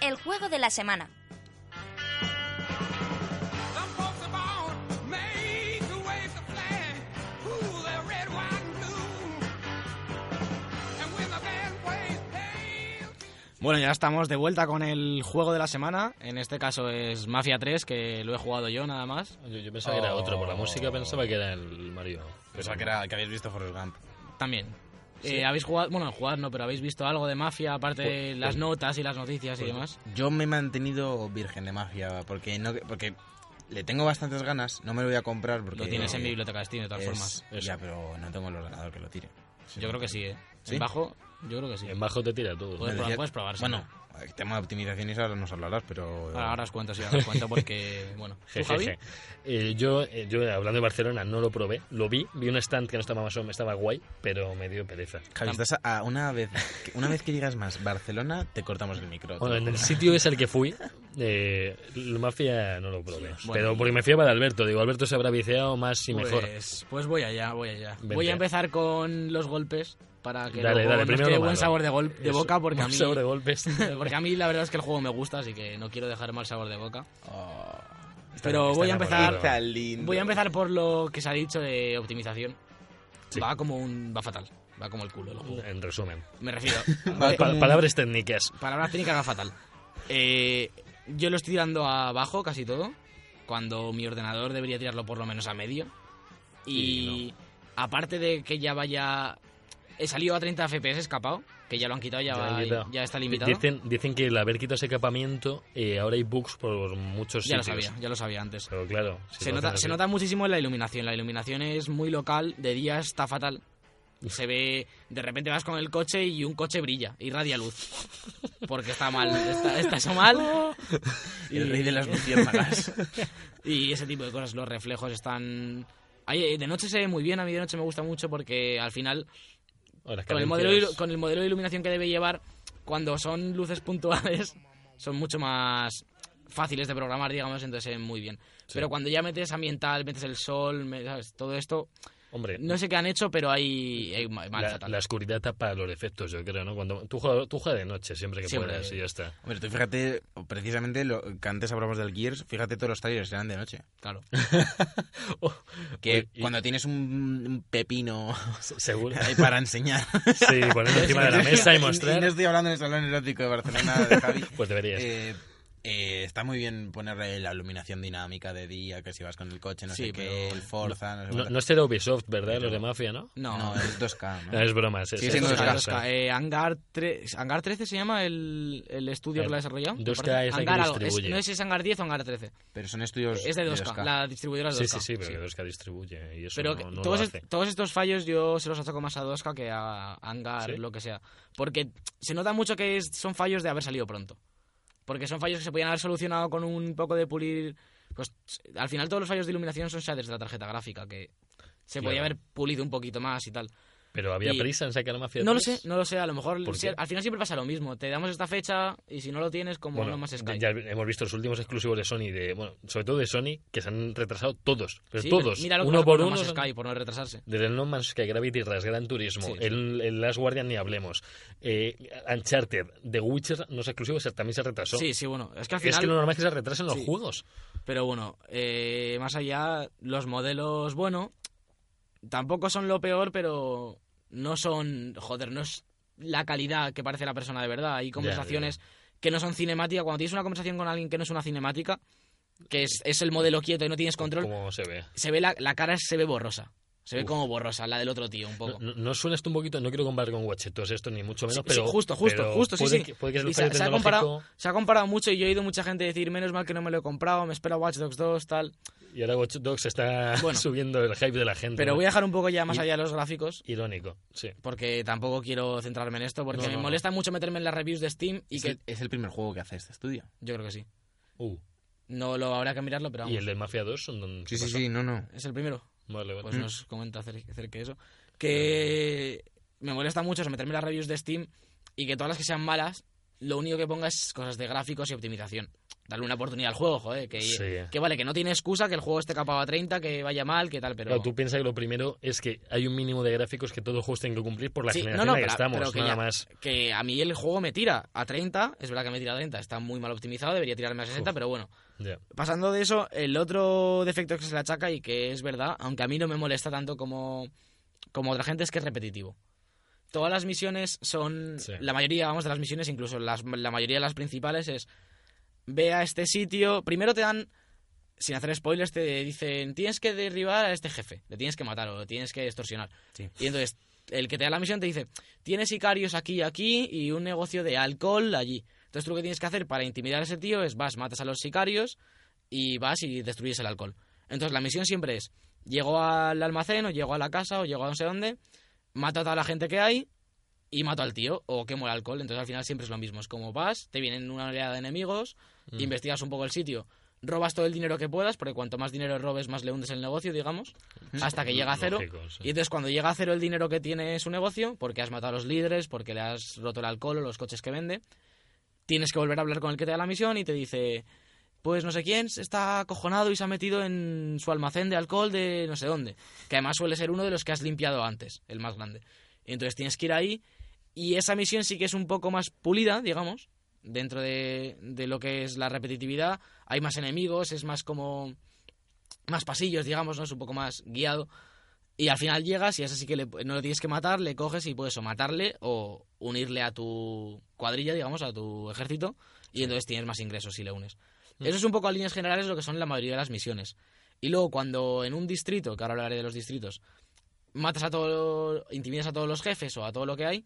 Speaker 1: El juego de la semana.
Speaker 5: Some folks are born made to wave the flag. Ooh, they're red, white, and blue. And when the band plays, they'll
Speaker 4: Bueno, ya estamos de vuelta con el juego de la semana. En este caso es Mafia 3, que lo he jugado yo nada más.
Speaker 2: Yo, yo pensaba que era otro, por la
Speaker 3: Oh.
Speaker 2: música pensaba que era el Mario.
Speaker 3: Pensaba que era que habéis visto Forrest Gump.
Speaker 4: También. Eh, ¿Habéis jugado? Bueno, jugado no, pero ¿habéis visto algo de Mafia? Aparte de
Speaker 2: Pues-
Speaker 4: las notas y las noticias y
Speaker 2: pues-
Speaker 4: demás.
Speaker 3: Yo me he mantenido virgen de mafia porque no porque le tengo bastantes ganas, no me lo voy a comprar porque
Speaker 4: Lo
Speaker 2: pues,
Speaker 4: tienes en
Speaker 3: eh,
Speaker 4: biblioteca de Steam, de todas
Speaker 3: es-
Speaker 4: formas.
Speaker 3: Ya, pero no tengo el ordenador que lo tire.
Speaker 4: Yo creo que sí, ¿eh?
Speaker 3: ¿Sí?
Speaker 4: ¿En bajo? Yo creo que sí.
Speaker 2: En bajo te tira todo.
Speaker 4: Joder. Puedes probar- puedes probar, sí.
Speaker 3: Bueno, el tema de optimización y eso ahora nos hablarás, pero
Speaker 4: Ahora, ahora os cuento, sí, ahora os
Speaker 2: *laughs*
Speaker 4: cuento porque, bueno. ¿Tú,
Speaker 2: Je, je,
Speaker 4: Javi?
Speaker 2: je. Eh, yo, eh, yo, hablando de Barcelona, no lo probé, lo vi, vi un stand que no estaba más o menos- estaba guay, pero me dio pereza.
Speaker 3: Javi, estás a, a una vez que- una vez que digas más Barcelona te cortamos el micro.
Speaker 2: Bueno, en el sitio es al que fui, eh, el Mafia no lo probé,
Speaker 4: bueno.
Speaker 2: pero porque me fiaba de Alberto, digo, Alberto se habrá viciado más y mejor.
Speaker 4: Pues, pues voy allá, voy allá.
Speaker 2: Vente.
Speaker 4: Voy a empezar con los golpes para que
Speaker 2: Dale,
Speaker 4: luego
Speaker 2: dale,
Speaker 4: nos
Speaker 2: primero
Speaker 4: quede
Speaker 2: lo
Speaker 4: buen
Speaker 2: malo.
Speaker 4: sabor de, gol- de
Speaker 2: Eso,
Speaker 4: boca porque
Speaker 2: *laughs*
Speaker 4: a
Speaker 2: un
Speaker 4: mí... *laughs*
Speaker 2: sabor de golpes.
Speaker 4: porque a mí la verdad es que el juego me gusta, así que no quiero dejar mal sabor de boca. Pero
Speaker 2: está
Speaker 4: voy
Speaker 2: enamorado.
Speaker 4: a empezar.
Speaker 2: Está
Speaker 3: lindo.
Speaker 4: Voy a empezar por lo que se ha dicho de optimización.
Speaker 2: Sí.
Speaker 4: Va como un. va fatal. Va como el culo el juego.
Speaker 2: En resumen, Eh,
Speaker 4: Me refiero.
Speaker 2: *laughs*
Speaker 3: Va
Speaker 4: Ah,
Speaker 2: Pa-
Speaker 3: como un-
Speaker 2: palabras técnicas.
Speaker 4: Palabras técnicas va fatal. Eh, yo lo estoy tirando abajo casi todo. Cuando mi ordenador debería tirarlo por lo menos a medio. Y aparte de que ya vaya. He salido a 30 FPS escapado. Que ya lo han quitado, ya,
Speaker 2: Ya lo han
Speaker 4: va-
Speaker 2: quitado.
Speaker 4: ya está limitado.
Speaker 2: Dicen, dicen que el haber quitado ese capamiento, eh, ahora hay bugs por muchos
Speaker 4: ya lo
Speaker 2: sitios.
Speaker 4: sabía, ya lo sabía antes.
Speaker 2: Pero claro, si
Speaker 4: se,
Speaker 2: lo
Speaker 4: nota,
Speaker 2: hacen
Speaker 4: se
Speaker 2: así-
Speaker 4: nota muchísimo en la iluminación. La iluminación es muy local, de día está fatal. Se ve, de repente vas con el coche y un coche brilla, irradia luz. Porque está mal, está, está eso mal.
Speaker 3: El rey de las luciérnagas.
Speaker 4: Y ese tipo de cosas, los reflejos están... Ay, eh, de noche se ve muy bien, a mí de noche me gusta mucho porque al final,
Speaker 2: O las
Speaker 4: con el,
Speaker 2: carencias.
Speaker 4: modelo, de ilu- con el modelo de iluminación que debe llevar, cuando son luces puntuales, son mucho más fáciles de programar, digamos, entonces se ven muy bien. Pero cuando ya metes ambiental, metes el sol, me- ¿sabes? todo esto,
Speaker 2: Hombre,
Speaker 4: no sé qué han hecho, pero hay, hay ma- mal
Speaker 2: la,
Speaker 4: fatal.
Speaker 2: la oscuridad tapa los defectos, yo creo, ¿no? Cuando, tú, juega, tú juega de noche siempre que
Speaker 4: Siempre.
Speaker 2: puedas y ya
Speaker 4: *laughs*
Speaker 2: está.
Speaker 3: *laughs* Hombre, tú fíjate, precisamente lo que antes hablamos del Gears, fíjate todos los trailers eran de noche.
Speaker 2: *laughs*
Speaker 4: Claro. Oh,
Speaker 3: Que
Speaker 2: Oye, y-
Speaker 3: cuando tienes un, un pepino *laughs*
Speaker 2: Se- Seguro.
Speaker 3: ahí para enseñar.
Speaker 2: *laughs* Sí, ponerlo encima
Speaker 3: *laughs*
Speaker 4: *laughs*
Speaker 2: de la mesa y
Speaker 3: no
Speaker 2: mostrar.
Speaker 3: estoy hablando del salón erótico de Barcelona de Javi.
Speaker 2: Pues deberías.
Speaker 3: Eh, eh, está muy bien ponerle la iluminación dinámica de día, que si vas con el coche, no
Speaker 4: Sí,
Speaker 3: sé qué,
Speaker 4: pero-
Speaker 3: el Forza, no, sé
Speaker 2: No,
Speaker 3: cuánto.
Speaker 2: no es de Ubisoft, ¿verdad? Los de Mafia, ¿no?
Speaker 4: No,
Speaker 3: No, es 2K. ¿no?
Speaker 2: No, es broma. Sí,
Speaker 3: Sigue
Speaker 2: sí, sí,
Speaker 3: siendo
Speaker 4: Los
Speaker 3: es
Speaker 2: sí,
Speaker 4: K,
Speaker 3: K.
Speaker 4: los
Speaker 2: sí.
Speaker 4: K. Eh, Hangar, 3, Hangar 13 se llama el, el estudio
Speaker 2: Eh,
Speaker 4: que lo ha desarrollado. me
Speaker 2: 2K
Speaker 4: parece.
Speaker 2: es la que
Speaker 4: Hangar algo, es-
Speaker 2: distribuye. Pues
Speaker 4: no sé si es Hangar 10 o Hangar 13.
Speaker 3: Pero son estudios
Speaker 4: Es de 2K, la distribuidora es 2K.
Speaker 2: Sí, sí, sí, pero es que distribuye y eso
Speaker 4: Pero
Speaker 2: no,
Speaker 4: que
Speaker 2: no
Speaker 4: todos,
Speaker 2: lo
Speaker 4: est-
Speaker 2: hace.
Speaker 4: todos estos fallos yo se los achaco más a 2K que a Hangar,
Speaker 2: ¿Sí?
Speaker 4: lo que sea. Porque se nota mucho que es- son fallos de haber salido pronto. Porque son fallos que se podían haber solucionado con un poco de pulir. Pues al final todos los fallos de iluminación son shaders de la tarjeta gráfica, que se
Speaker 2: Claro.
Speaker 4: podía haber pulido un poquito más y tal.
Speaker 2: Pero había
Speaker 4: y-
Speaker 2: prisa en sacar Mafia
Speaker 4: No lo
Speaker 2: 3?
Speaker 4: sé, no lo sé, a lo mejor
Speaker 2: ¿Por
Speaker 4: si-
Speaker 2: qué?
Speaker 4: al final siempre pasa lo mismo. Te damos esta fecha y si no lo tienes, como
Speaker 2: Bueno,
Speaker 4: no más Sky.
Speaker 2: ya hemos visto los últimos exclusivos de Sony, de, bueno, sobre todo de Sony, que se han retrasado todos, pero
Speaker 4: Sí,
Speaker 2: todos,
Speaker 4: mira lo que
Speaker 2: uno
Speaker 4: pasa
Speaker 2: por
Speaker 4: con No
Speaker 2: uno.
Speaker 4: Man's
Speaker 2: son-
Speaker 4: Sky, por no retrasarse.
Speaker 2: Desde el No Man's Sky, Gravity Rush, Gran Turismo,
Speaker 4: Sí, sí.
Speaker 2: El, el Last Guardian ni hablemos, eh, Uncharted, The Witcher, no es exclusivo, se- también se retrasó.
Speaker 4: Sí, sí, bueno. Es que al
Speaker 2: Es
Speaker 4: final
Speaker 2: que lo normal es que se retrasen los
Speaker 4: Sí.
Speaker 2: juegos.
Speaker 4: Pero bueno, eh, más allá, los modelos, bueno, tampoco son lo peor, pero no son, joder, no es la calidad que parece la persona de verdad. Hay conversaciones que no son cinemática. Cuando tienes una conversación con alguien que no es una cinemática, que es, es el modelo quieto y no tienes control,
Speaker 2: Como se ve.
Speaker 4: se ve la, la cara se ve borrosa. Se ve
Speaker 2: Uf.
Speaker 4: como borrosa, la del otro tío, un poco.
Speaker 2: No, no- no suena esto un poquito, no quiero comparar con Watchetos esto ni mucho menos,
Speaker 4: Sí, sí,
Speaker 2: pero.
Speaker 4: justo, justo,
Speaker 2: pero
Speaker 4: justo, sí,
Speaker 2: puede
Speaker 4: sí.
Speaker 2: que- puede que sea
Speaker 4: Y
Speaker 2: el
Speaker 4: se,
Speaker 2: fallo
Speaker 4: se ha
Speaker 2: tecnológico
Speaker 4: comparado, se ha comparado mucho y yo he oído mucha gente decir, menos mal que no me lo he comprado, me espera Watch Dogs 2, tal.
Speaker 2: y ahora Watch Dogs está *laughs*
Speaker 4: Bueno.
Speaker 2: subiendo el hype de la gente.
Speaker 4: Pero
Speaker 2: ¿no?
Speaker 4: voy a dejar un poco ya más
Speaker 2: Y-
Speaker 4: allá de los gráficos.
Speaker 2: Irónico, sí.
Speaker 4: porque tampoco quiero centrarme en esto, porque
Speaker 2: No,
Speaker 4: me
Speaker 2: no, no.
Speaker 4: molesta mucho meterme en las reviews de Steam y
Speaker 3: Es,
Speaker 4: que
Speaker 3: el, es el primer juego que hace este estudio.
Speaker 4: yo creo que sí.
Speaker 2: Uh,
Speaker 4: No lo habrá que mirarlo,
Speaker 2: ¿Y
Speaker 4: pero vamos,
Speaker 2: el del Mafia 2? son donde
Speaker 3: Sí,
Speaker 2: se
Speaker 3: sí,
Speaker 2: pasó?
Speaker 3: sí, no, no.
Speaker 4: es el primero.
Speaker 2: Vale, vale.
Speaker 4: Pues nos comenta acer- acerca de eso. Que me molesta mucho eso, meterme en las reviews de Steam y que todas las que sean malas, lo único que ponga es cosas de gráficos y optimización. Darle una oportunidad al juego, joder. Que,
Speaker 2: Sí.
Speaker 4: que vale, que no tiene excusa, que el juego esté capado a 30, que vaya mal, que tal, pero...
Speaker 2: Claro, tú piensas que lo primero es que hay un mínimo de gráficos que todos los juegos tienen que cumplir por la
Speaker 4: Sí,
Speaker 2: generación
Speaker 4: no, no,
Speaker 2: en la que
Speaker 4: pero-
Speaker 2: estamos,
Speaker 4: pero que
Speaker 2: nada
Speaker 4: ya-
Speaker 2: más.
Speaker 4: que a mí el juego me tira a 30, es verdad que me tira a 30, está muy mal optimizado, debería tirarme a 60,
Speaker 2: Uf.
Speaker 4: pero bueno.
Speaker 2: Ya.
Speaker 4: Pasando de eso, el otro defecto que se le achaca y que es verdad, aunque a mí no me molesta tanto como, como otra gente, es que es repetitivo. Todas las misiones son,
Speaker 2: Sí.
Speaker 4: la mayoría, vamos, de las misiones, incluso las- la mayoría de las principales es, ve a este sitio, primero te dan, sin hacer spoilers, te dicen, tienes que derribar a este jefe, le tienes que matar o le tienes que extorsionar.
Speaker 3: Sí.
Speaker 4: Y entonces, el que te da la misión te dice, tienes sicarios aquí y aquí y un negocio de alcohol allí. Entonces tú lo que tienes que hacer para intimidar a ese tío es vas, matas a los sicarios y vas y destruyes el alcohol. Entonces la misión siempre es, llego al almacén o llego a la casa o llego a no sé dónde, mato a toda la gente que hay y mato al tío o quemo el alcohol. Entonces al final siempre es lo mismo. Es como vas, te vienen una oleada de enemigos,
Speaker 2: Mm.
Speaker 4: investigas un poco el sitio, robas todo el dinero que puedas, porque cuanto más dinero robes más le hundes el negocio, digamos, hasta que llega a cero.
Speaker 2: Lógico, sí.
Speaker 4: Y entonces cuando llega a cero el dinero que tiene su negocio, porque has matado a los líderes, porque le has roto el alcohol o los coches que vende, tienes que volver a hablar con el que te da la misión y te dice, pues no sé quién está acojonado y se ha metido en su almacén de alcohol de no sé dónde, que además suele ser uno de los que has limpiado antes, el más grande. Y entonces tienes que ir ahí y esa misión sí que es un poco más pulida, digamos, dentro de, de lo que es la repetitividad. Hay más enemigos, es más como. más pasillos, digamos, ¿no? Es un poco más guiado. Y al final llegas y es así que le- no lo tienes que matar, le coges y puedes o matarle o unirle a tu cuadrilla, digamos, a tu ejército. Y entonces tienes más ingresos si le unes. Eso es un poco a líneas generales lo que son la mayoría de las misiones. Y luego cuando en un distrito, que ahora hablaré de los distritos, matas a todo, intimidas a todos los jefes o a todo lo que hay,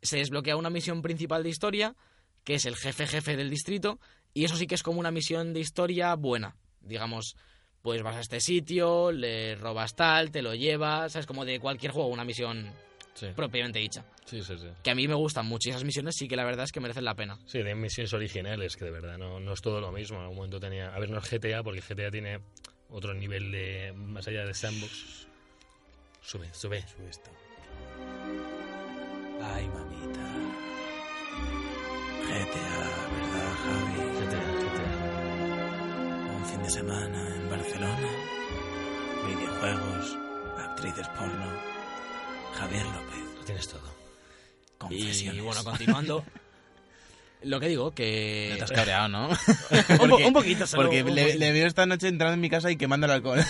Speaker 4: se desbloquea una misión principal de historia, que es el jefe jefe del distrito, y eso sí que es como una misión de historia buena. Digamos, pues vas a este sitio, le robas tal, te lo llevas, es como de cualquier juego, una misión
Speaker 2: Sí,
Speaker 4: propiamente dicha.
Speaker 2: sí, sí. sí.
Speaker 4: Que a mí me gustan mucho y esas misiones sí que la verdad es que merecen la pena.
Speaker 2: Sí, de misiones originales, que de verdad no, no es todo lo mismo. En algún momento tenía. A ver, no es GTA, porque GTA tiene otro nivel de. más allá de sandbox. Sube, sube.
Speaker 3: Sube esto. Ay, mamita. GTA, ¿verdad, Javi?
Speaker 2: GTA, GTA.
Speaker 3: Un fin de semana en Barcelona. Videojuegos, actrices porno. Javier López.
Speaker 2: Lo tienes todo.
Speaker 4: Y bueno, continuando. lo que digo, que...
Speaker 3: te has cabreado, ¿no?
Speaker 4: *laughs* Un, po-
Speaker 3: Porque-
Speaker 4: un poquito solo,
Speaker 3: Porque
Speaker 4: un
Speaker 3: le,
Speaker 4: poquito.
Speaker 3: le veo esta noche entrando en mi casa y quemando el alcohol.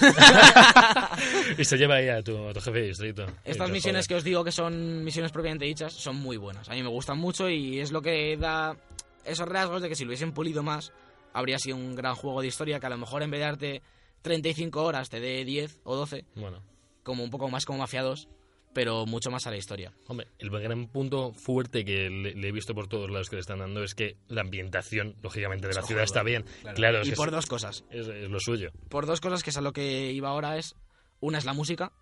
Speaker 2: Y se lleva ahí a tu, a tu jefe de distrito.
Speaker 4: Estas misiones que os digo que son misiones propiamente dichas son muy buenas. A mí me gustan mucho y es lo que da esos rasgos de que si lo hubiesen pulido más, habría sido un gran juego de historia que a lo mejor en vez de darte 35 horas te dé 10 o 12,
Speaker 2: que. Bueno.
Speaker 4: como un poco más como mafiados, pero mucho más a la historia.
Speaker 2: Hombre, el gran punto fuerte que le, le he visto por todos lados que le están dando es que la ambientación, lógicamente, de la ciudad está bien. Claro, es,
Speaker 4: y
Speaker 2: que
Speaker 4: por
Speaker 2: es-
Speaker 4: dos cosas.
Speaker 2: es- es lo suyo.
Speaker 4: Por dos cosas que es a lo que iba ahora es, una es la música,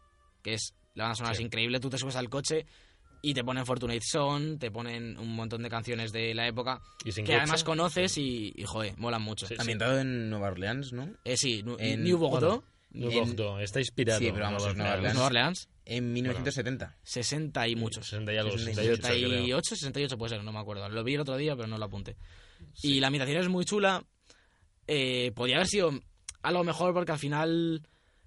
Speaker 4: que es, la banda sonora
Speaker 2: Sí.
Speaker 4: es increíble, tú te subes al coche y te ponen Fortunate Son, te ponen un montón de canciones de la época
Speaker 2: Y sin
Speaker 4: que
Speaker 2: coche,
Speaker 4: además conoces y, y, joder, molan mucho.
Speaker 2: Sí.
Speaker 3: Ambientado en Nueva Orleans, ¿no?
Speaker 4: Eh, sí, Nu-
Speaker 3: En-
Speaker 4: New Bogotá,
Speaker 2: bueno, New
Speaker 3: en-
Speaker 2: Bogotá, está inspirado.
Speaker 3: Sí, pero vamos,
Speaker 2: en
Speaker 3: es Nueva
Speaker 2: Orleans.
Speaker 3: Orleans.
Speaker 4: Nueva Orleans,
Speaker 3: En 1970.
Speaker 4: 60 y muchos.
Speaker 2: 60 y algo, 68, creo.
Speaker 4: 68, 68 puede ser, no me acuerdo. Lo vi el otro día, pero no lo apunté. Y la ambientación es muy chula. Eh, podría haber sido algo mejor porque al final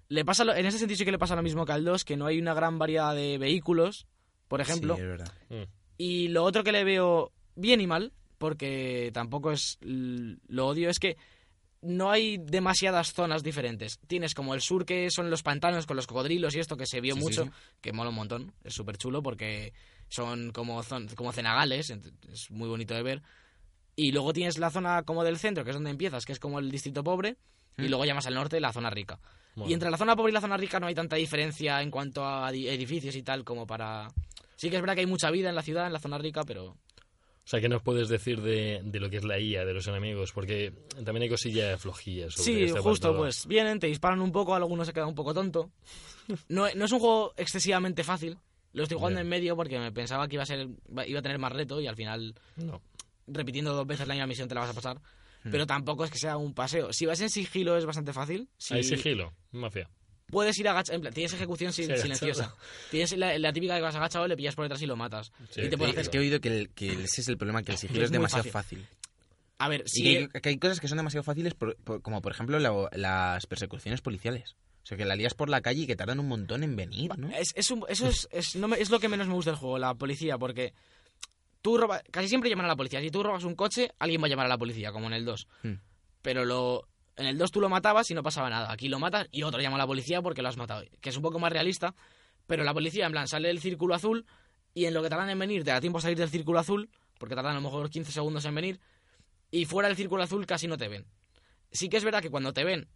Speaker 4: le pasa lo- en ese sentido sí que le pasa lo mismo que al 2, que no hay una gran variedad de vehículos, por ejemplo.
Speaker 3: Sí, es verdad.
Speaker 2: Mm.
Speaker 4: Y lo otro que le veo bien y mal, porque tampoco es l- lo odio, es que no hay demasiadas zonas diferentes. Tienes como el sur, que son los pantanos con los cocodrilos y esto que se vio
Speaker 3: Sí, sí,
Speaker 4: mucho,
Speaker 3: sí.
Speaker 4: que mola un montón, es súper chulo porque son como, zon- como cenagales, ent- es muy bonito de ver. Y luego tienes la zona como del centro, que es donde empiezas, que es como el distrito pobre, y luego llamas al norte la zona rica.
Speaker 2: ¿Mm? Bueno.
Speaker 4: Y entre la zona pobre y la zona rica no hay tanta diferencia en cuanto a di- edificios y tal como para... Sí que es verdad que hay mucha vida en la ciudad, en la zona rica, pero...
Speaker 2: O sea, ¿qué nos puedes decir de, de lo que es la IA, de los enemigos? Porque también hay cosillas flojillas. sobre
Speaker 4: Sí,
Speaker 2: este
Speaker 4: justo,
Speaker 2: apartado.
Speaker 4: pues vienen, te disparan un poco, algunos se quedan un poco tonto. No, no es un juego excesivamente fácil. Lo estoy jugando
Speaker 2: Ya.
Speaker 4: en medio porque me pensaba que iba a ser iba a tener más reto y al final
Speaker 2: No.
Speaker 4: repitiendo dos veces la misma misión te la vas a pasar.
Speaker 2: Mm.
Speaker 4: Pero tampoco es que sea un paseo. Si vas en sigilo es bastante fácil. Si
Speaker 2: Hay sigilo, mafia.
Speaker 4: puedes ir agachado, en plan, tienes ejecución
Speaker 2: Sí,
Speaker 4: sil-
Speaker 2: agachado.
Speaker 4: silenciosa. Tienes la, la típica que vas agachado, le pillas por detrás y lo matas.
Speaker 2: Sí,
Speaker 4: y te puedes
Speaker 2: sí, sí.
Speaker 4: hacer...
Speaker 3: Es que he oído que, el- que ese es el problema, que el sigilo
Speaker 4: Es
Speaker 3: es,
Speaker 4: muy
Speaker 3: demasiado
Speaker 4: fácil.
Speaker 3: fácil.
Speaker 4: A ver,
Speaker 3: Y
Speaker 4: sí,
Speaker 3: que, hay, que hay cosas que son demasiado fáciles, por- por- como por ejemplo la- las persecuciones policiales. O sea, que la lías por la calle y que tardan un montón en venir, ¿no?
Speaker 4: Es, es un- eso es, es- no me- es lo que menos me gusta del juego, la policía, porque tú roba- casi siempre llaman a la policía. Si tú robas un coche, alguien va a llamar a la policía, como en el 2.
Speaker 3: Hmm.
Speaker 4: Pero lo, en el 2 tú lo matabas y no pasaba nada. Aquí lo matas y otro llama a la policía porque lo has matado, que es un poco más realista. Pero la policía, en plan, sale del círculo azul y en lo que tardan en venir, te da tiempo a salir del círculo azul, porque tardan a lo mejor 15 segundos en venir, y fuera del círculo azul casi no te ven. Sí que es verdad que cuando te ven,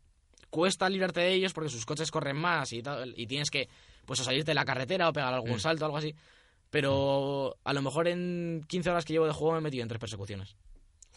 Speaker 4: cuesta librarte de ellos porque sus coches corren más y, tal, y tienes que pues o salirte de la carretera o pegar algún
Speaker 3: Mm.
Speaker 4: salto o algo así. Pero a lo mejor en 15 horas que llevo de juego me he metido en tres persecuciones.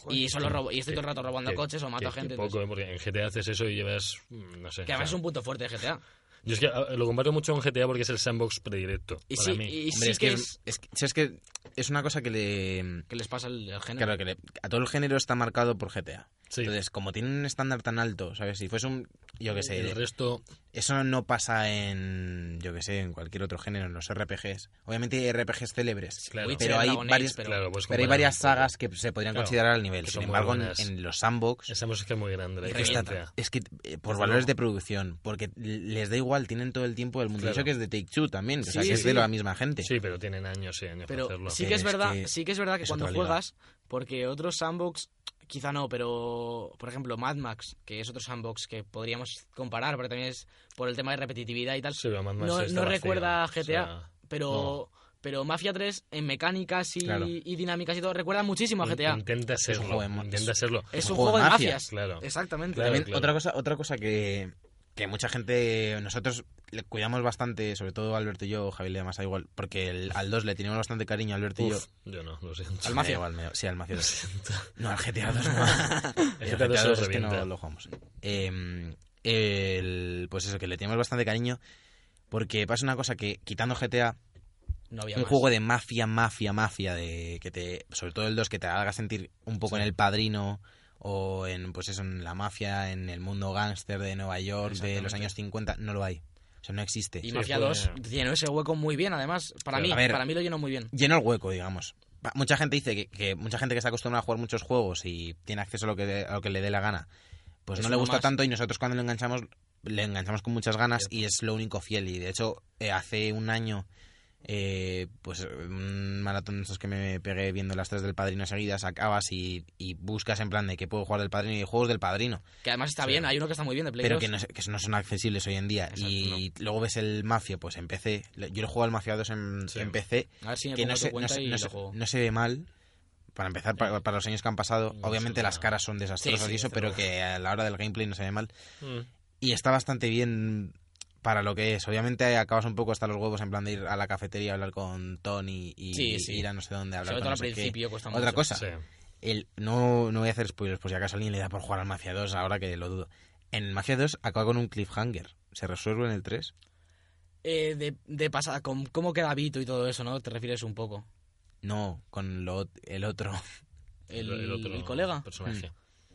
Speaker 4: y solo
Speaker 2: qué-
Speaker 4: robo, y estoy
Speaker 2: qué-
Speaker 4: todo el rato robando
Speaker 2: qué-
Speaker 4: coches o mato
Speaker 2: qué-
Speaker 4: a gente.
Speaker 2: qué poco,
Speaker 4: entonces-
Speaker 2: ¿eh? porque en GTA haces eso y llevas, mm, no sé.
Speaker 4: que
Speaker 2: o
Speaker 4: además es
Speaker 2: sea,
Speaker 4: un punto fuerte de GTA.
Speaker 2: Yo es que ah, lo comparo mucho con GTA porque es el sandbox predilecto
Speaker 4: Y
Speaker 2: para
Speaker 4: sí,
Speaker 2: mí.
Speaker 4: y
Speaker 3: Hombre,
Speaker 4: sí
Speaker 3: es
Speaker 4: que
Speaker 3: que
Speaker 4: es...
Speaker 3: es- es que- si es que es una cosa que le...
Speaker 4: Que les pasa el, el género.
Speaker 3: Claro, que le- a todo el género está marcado por GTA.
Speaker 2: Sí.
Speaker 3: Entonces, como tienen un estándar tan alto, ¿sabes? Si fuese un. Yo qué sé.
Speaker 2: El resto,
Speaker 3: Eso no pasa en. Yo qué sé, en cualquier otro género, en los RPGs. Obviamente hay RPGs célebres.
Speaker 2: Claro.
Speaker 4: Witcher,
Speaker 3: Pero hay
Speaker 4: Dragon Age,
Speaker 3: varias-
Speaker 4: pero-
Speaker 2: claro, pues
Speaker 3: Pero hay
Speaker 2: comparar
Speaker 3: varias
Speaker 2: un poco.
Speaker 3: sagas que se podrían
Speaker 2: Claro,
Speaker 3: considerar al nivel.
Speaker 2: que
Speaker 3: Sin
Speaker 2: son muy
Speaker 3: embargo, en,
Speaker 2: buenas.
Speaker 3: en los sandbox.
Speaker 2: Esa música es muy grande, la
Speaker 3: está-
Speaker 2: diferencia.
Speaker 3: es que eh, por
Speaker 2: Desde
Speaker 3: valores
Speaker 2: luego.
Speaker 3: de producción, porque les da igual, tienen todo el tiempo del mundo.
Speaker 2: Claro.
Speaker 3: Eso que es de Take Two también, o sea,
Speaker 4: Sí,
Speaker 3: que es de
Speaker 4: sí.
Speaker 3: la misma gente.
Speaker 2: Sí, pero tienen años y años para
Speaker 4: Pero
Speaker 2: hacerlo.
Speaker 4: sí que es
Speaker 3: Es
Speaker 4: verdad,
Speaker 3: que
Speaker 4: sí que es verdad que
Speaker 3: es
Speaker 4: cuando
Speaker 3: otra liga.
Speaker 4: juegas, porque otros sandbox, quizá no, pero por ejemplo Mad Max, que es otro sandbox que podríamos comparar, pero también es por el tema de repetitividad y tal,
Speaker 2: Sí, pero Mad Max
Speaker 4: no,
Speaker 2: está
Speaker 4: no
Speaker 2: vacío,
Speaker 4: recuerda a
Speaker 2: o sea,
Speaker 4: GTA, pero,
Speaker 2: no.
Speaker 4: pero Mafia 3 en mecánicas y,
Speaker 3: Claro.
Speaker 4: y dinámicas y todo recuerda muchísimo a
Speaker 2: in-
Speaker 4: GTA.
Speaker 2: Intenta
Speaker 3: un
Speaker 2: serlo,
Speaker 3: juego de mo-
Speaker 2: intenta
Speaker 3: es-
Speaker 2: serlo.
Speaker 4: Es un juego de mafias.
Speaker 2: Claro.
Speaker 4: Exactamente.
Speaker 2: Claro.
Speaker 3: También otra cosa, otra cosa que, que mucha gente, nosotros le cuidamos bastante, sobre todo Alberto y yo, Javier le da más da igual, porque el- al 2 le tenemos bastante cariño a Alberto y yo.
Speaker 2: Uf, yo no, lo siento.
Speaker 3: Me da
Speaker 2: *laughs*
Speaker 3: igual, me da- *laughs* sí, al Mafia 2. No, al GTA 2 no.
Speaker 2: El
Speaker 3: El
Speaker 2: GTA
Speaker 3: GTA
Speaker 2: se
Speaker 3: 2
Speaker 2: lo
Speaker 3: es que no
Speaker 2: revienta.
Speaker 3: lo jugamos. Eh, el- pues eso, que le tenemos bastante cariño, porque pasa una cosa que quitando GTA,
Speaker 4: No había
Speaker 3: un
Speaker 4: más.
Speaker 3: juego de mafia, mafia, mafia, de que te, sobre todo el 2, que te haga sentir un poco en el padrino o en, pues eso, en la mafia, en el mundo gángster de Nueva York de los
Speaker 4: Exactamente.
Speaker 3: años 50, no lo hay. O sea, no existe.
Speaker 2: Sí,
Speaker 4: Y Mafia
Speaker 2: fue-
Speaker 4: 2 llenó ese hueco muy bien, además. Para
Speaker 2: Claro.
Speaker 4: mí,
Speaker 3: A ver.
Speaker 4: para mí lo llenó muy bien.
Speaker 3: Lleno el hueco, digamos. Pa- Mucha gente dice que, que mucha gente que está acostumbrada a jugar muchos juegos y tiene acceso a lo que, a lo que le dé la gana, pues
Speaker 4: Es
Speaker 3: no le
Speaker 4: uno
Speaker 3: gusta
Speaker 4: más.
Speaker 3: tanto y nosotros cuando lo enganchamos, le enganchamos con muchas ganas y es lo único fiel. Y de hecho, eh, hace un año, eh, pues un maratón de esos que me pegué viendo las tres del Padrino seguidas, acabas y, y buscas en plan de que puedo jugar del Padrino y juegos del Padrino,
Speaker 4: Que además está bien, hay uno que está muy bien de Play
Speaker 3: pero
Speaker 4: 2.
Speaker 3: que no, es- que no son accesibles hoy en día. y luego ves el Mafia, pues en PC. Yo lo juego al Mafia 2 en,
Speaker 2: Sí.
Speaker 3: en PC
Speaker 4: A ver si me
Speaker 3: que
Speaker 4: pongo
Speaker 3: no
Speaker 4: no
Speaker 3: se, no,
Speaker 4: cuenta
Speaker 3: se,
Speaker 4: y
Speaker 3: no
Speaker 4: lo
Speaker 3: se-
Speaker 4: juego.
Speaker 3: no se ve mal. Para empezar, para, para los años que han pasado,
Speaker 2: No se
Speaker 3: obviamente
Speaker 2: ve
Speaker 3: las
Speaker 2: mal.
Speaker 3: caras son desastrosas
Speaker 4: Sí, sí,
Speaker 3: y eso,
Speaker 2: desde
Speaker 3: pero
Speaker 2: luego.
Speaker 3: que a la hora del gameplay no se ve mal.
Speaker 2: Mm.
Speaker 3: Y está bastante bien para lo que es. Obviamente acabas un poco hasta los huevos en plan de ir a la cafetería a hablar con Tony y
Speaker 4: Sí, sí.
Speaker 3: ir a no sé dónde a hablar con
Speaker 4: Sobre todo
Speaker 3: no
Speaker 4: al
Speaker 3: sé qué.
Speaker 4: principio cuesta mucho.
Speaker 3: Otra cosa,
Speaker 2: Sí.
Speaker 3: el, no, no voy a hacer spoilers por si acaso alguien le da por jugar al Mafia 2 ahora que lo dudo. En Mafia 2 acaba con un cliffhanger. ¿Se resuelve en el 3?
Speaker 4: Eh, de, de pasada, con cómo queda Vito y todo eso, ¿no? Te refieres un poco.
Speaker 3: No, con lo, el otro.
Speaker 4: El,
Speaker 2: el otro
Speaker 4: el colega.
Speaker 2: personaje.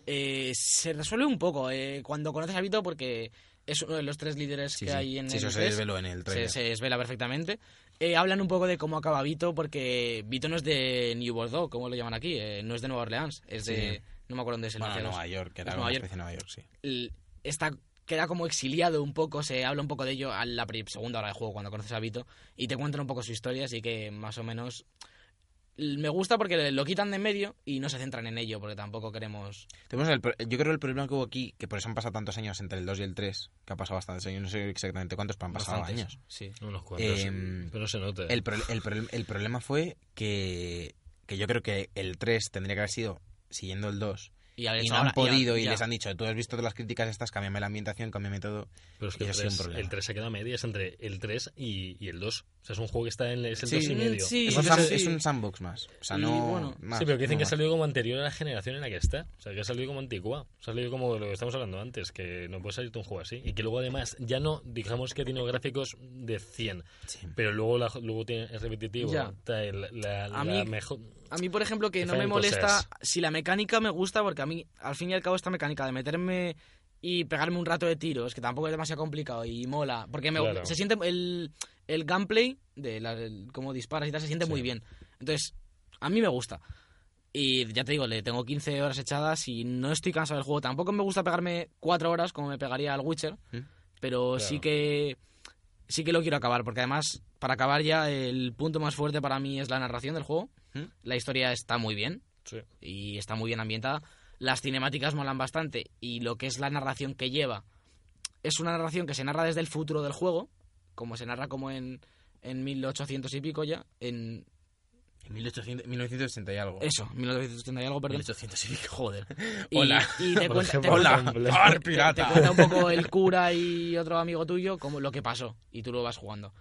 Speaker 4: Eh, se resuelve un poco eh, cuando conoces a Vito porque es uno de los tres líderes
Speaker 3: Sí,
Speaker 4: que
Speaker 3: sí.
Speaker 4: hay en
Speaker 3: Sí,
Speaker 4: el
Speaker 3: eso se
Speaker 4: tres.
Speaker 3: desveló en el
Speaker 4: se,
Speaker 3: 3.
Speaker 4: se desvela perfectamente. Eh, hablan un poco de cómo acaba Vito, porque Vito no es de New Bordeaux, como lo llaman aquí, eh, no es de Nueva Orleans, es de...
Speaker 3: Sí.
Speaker 4: No me acuerdo dónde es el
Speaker 3: Bueno,
Speaker 4: Mafia dos.
Speaker 3: Nueva York, que era
Speaker 4: Es
Speaker 3: una
Speaker 4: Nueva York.
Speaker 3: especie de Nueva York, sí.
Speaker 4: l- está queda como exiliado un poco, se habla un poco de ello a la pri- segunda hora de juego cuando conoces a Vito y te cuentan un poco su historia, así que más o menos l- me gusta porque lo quitan de en medio y no se centran en ello porque tampoco queremos
Speaker 3: Tenemos el pro- yo creo que el problema que hubo aquí, que por eso han pasado tantos años entre el 2 y el 3, que ha pasado bastantes años, no sé exactamente cuántos, pero han pasado
Speaker 4: bastantes,
Speaker 3: años.
Speaker 4: Sí.
Speaker 2: Unos cuantos.
Speaker 3: Mm. Em,
Speaker 2: pero no se nota.
Speaker 3: El, pro- el, pro- el problema fue que, que yo creo que el 3 tendría que haber sido siguiendo el 2.
Speaker 4: Y, al
Speaker 3: Y
Speaker 4: hecho
Speaker 3: no han
Speaker 4: ahora- y a-
Speaker 3: podido y,
Speaker 4: ya.
Speaker 3: les han dicho, tú has visto todas las críticas estas, cámbiame la ambientación, cámbiame todo.
Speaker 2: pero es que
Speaker 3: y
Speaker 2: el
Speaker 3: eso es un
Speaker 2: 3,
Speaker 3: problema.
Speaker 2: el 3 se queda a medias entre el 3 y, y el 2. O sea, es un juego que está en es el
Speaker 3: Sí,
Speaker 2: 2 y
Speaker 3: mm,
Speaker 2: medio.
Speaker 4: sí,
Speaker 3: es,
Speaker 4: yo
Speaker 3: un
Speaker 4: qué
Speaker 3: sam-
Speaker 4: sé.
Speaker 3: es un sandbox más. O sea,
Speaker 4: Y
Speaker 3: no...
Speaker 4: bueno.
Speaker 3: más,
Speaker 2: sí, pero que dicen
Speaker 3: no
Speaker 2: que ha
Speaker 3: más.
Speaker 2: salido como anterior a la generación en la que está. O sea, que ha salido como antigua. Ha salido como de lo que estamos hablando antes, que no puede salirte un juego así. Y que luego, además, ya no, digamos que tiene gráficos de 100,
Speaker 3: Sí.
Speaker 2: pero luego, la- luego tiene, es repetitivo.
Speaker 4: Ya.
Speaker 2: tal, la, la
Speaker 4: A mí-
Speaker 2: mejor,
Speaker 4: A mí, por ejemplo, que
Speaker 2: Que
Speaker 4: no me
Speaker 2: fallen
Speaker 4: molesta
Speaker 2: cosas.
Speaker 4: si la mecánica me gusta, porque a mí, al fin y al cabo, esta mecánica de meterme y pegarme un rato de tiros, que tampoco es demasiado complicado y mola, porque me,
Speaker 2: Claro.
Speaker 4: se siente el, el gameplay, de la- el- cómo disparas y tal, se siente muy bien. Entonces, a mí me gusta. Y ya te digo, le tengo 15 horas echadas y no estoy cansado del juego. Tampoco me gusta pegarme 4 horas como me pegaría al Witcher,
Speaker 3: ¿Mm?
Speaker 4: pero sí
Speaker 2: Claro.
Speaker 4: que sí que lo quiero acabar, porque además, para acabar ya, el punto más fuerte para mí es la narración del juego.
Speaker 3: ¿Mm?
Speaker 4: La historia está muy bien
Speaker 2: sí.
Speaker 4: y está muy bien ambientada. Las cinemáticas molan bastante y lo que es la narración que lleva es una narración que se narra desde el futuro del juego, como se narra como en, en 1800 y pico ya, en
Speaker 3: En 1800, 1980 y algo.
Speaker 4: eso, 1980 y algo, perdón.
Speaker 3: 1800 y pico.
Speaker 4: Joder. Y,
Speaker 3: Hola.
Speaker 4: y
Speaker 2: *laughs*
Speaker 4: te
Speaker 2: Por
Speaker 4: cuenta, te
Speaker 2: ejemplo,
Speaker 4: cuenta- *laughs*
Speaker 3: *laughs* Hola, ¡Ah, pirata.
Speaker 4: te cuenta un poco el cura y otro amigo tuyo como lo que pasó y tú lo vas jugando.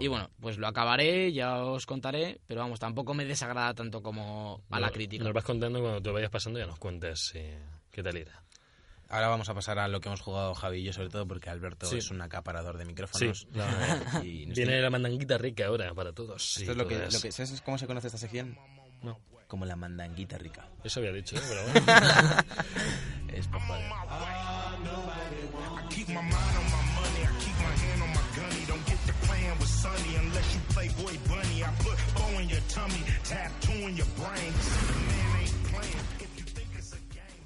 Speaker 4: Y bueno, pues lo acabaré, ya os contaré, pero vamos, tampoco me desagrada tanto como a la
Speaker 2: Nos-
Speaker 4: crítica.
Speaker 2: Nos vas contando cuando te vayas pasando ya nos cuentas eh, qué tal irá.
Speaker 3: Ahora vamos a pasar a lo que hemos jugado Javi y yo, sobre todo porque Alberto
Speaker 2: Sí.
Speaker 3: es un acaparador de
Speaker 2: Sí,
Speaker 3: *laughs* micrófonos.
Speaker 2: la verdad.
Speaker 3: Y
Speaker 2: Viene
Speaker 3: nos tiene-
Speaker 2: la mandanguita rica ahora para todos. y
Speaker 3: Esto es lo que,
Speaker 2: todas.
Speaker 3: lo que- ¿Sabes cómo se conoce esta sección?
Speaker 2: No.
Speaker 3: Como la mandanguita rica. *laughs*
Speaker 2: Eso había dicho, ¿eh? pero bueno. es por joder.
Speaker 6: I keep my mind on my money, I keep my hand on my gunny. Don't get the plan with Sonny unless you play boy bunny. I put bow in your tummy, tattoo in your brain. Man ain't playing if you think it's a game.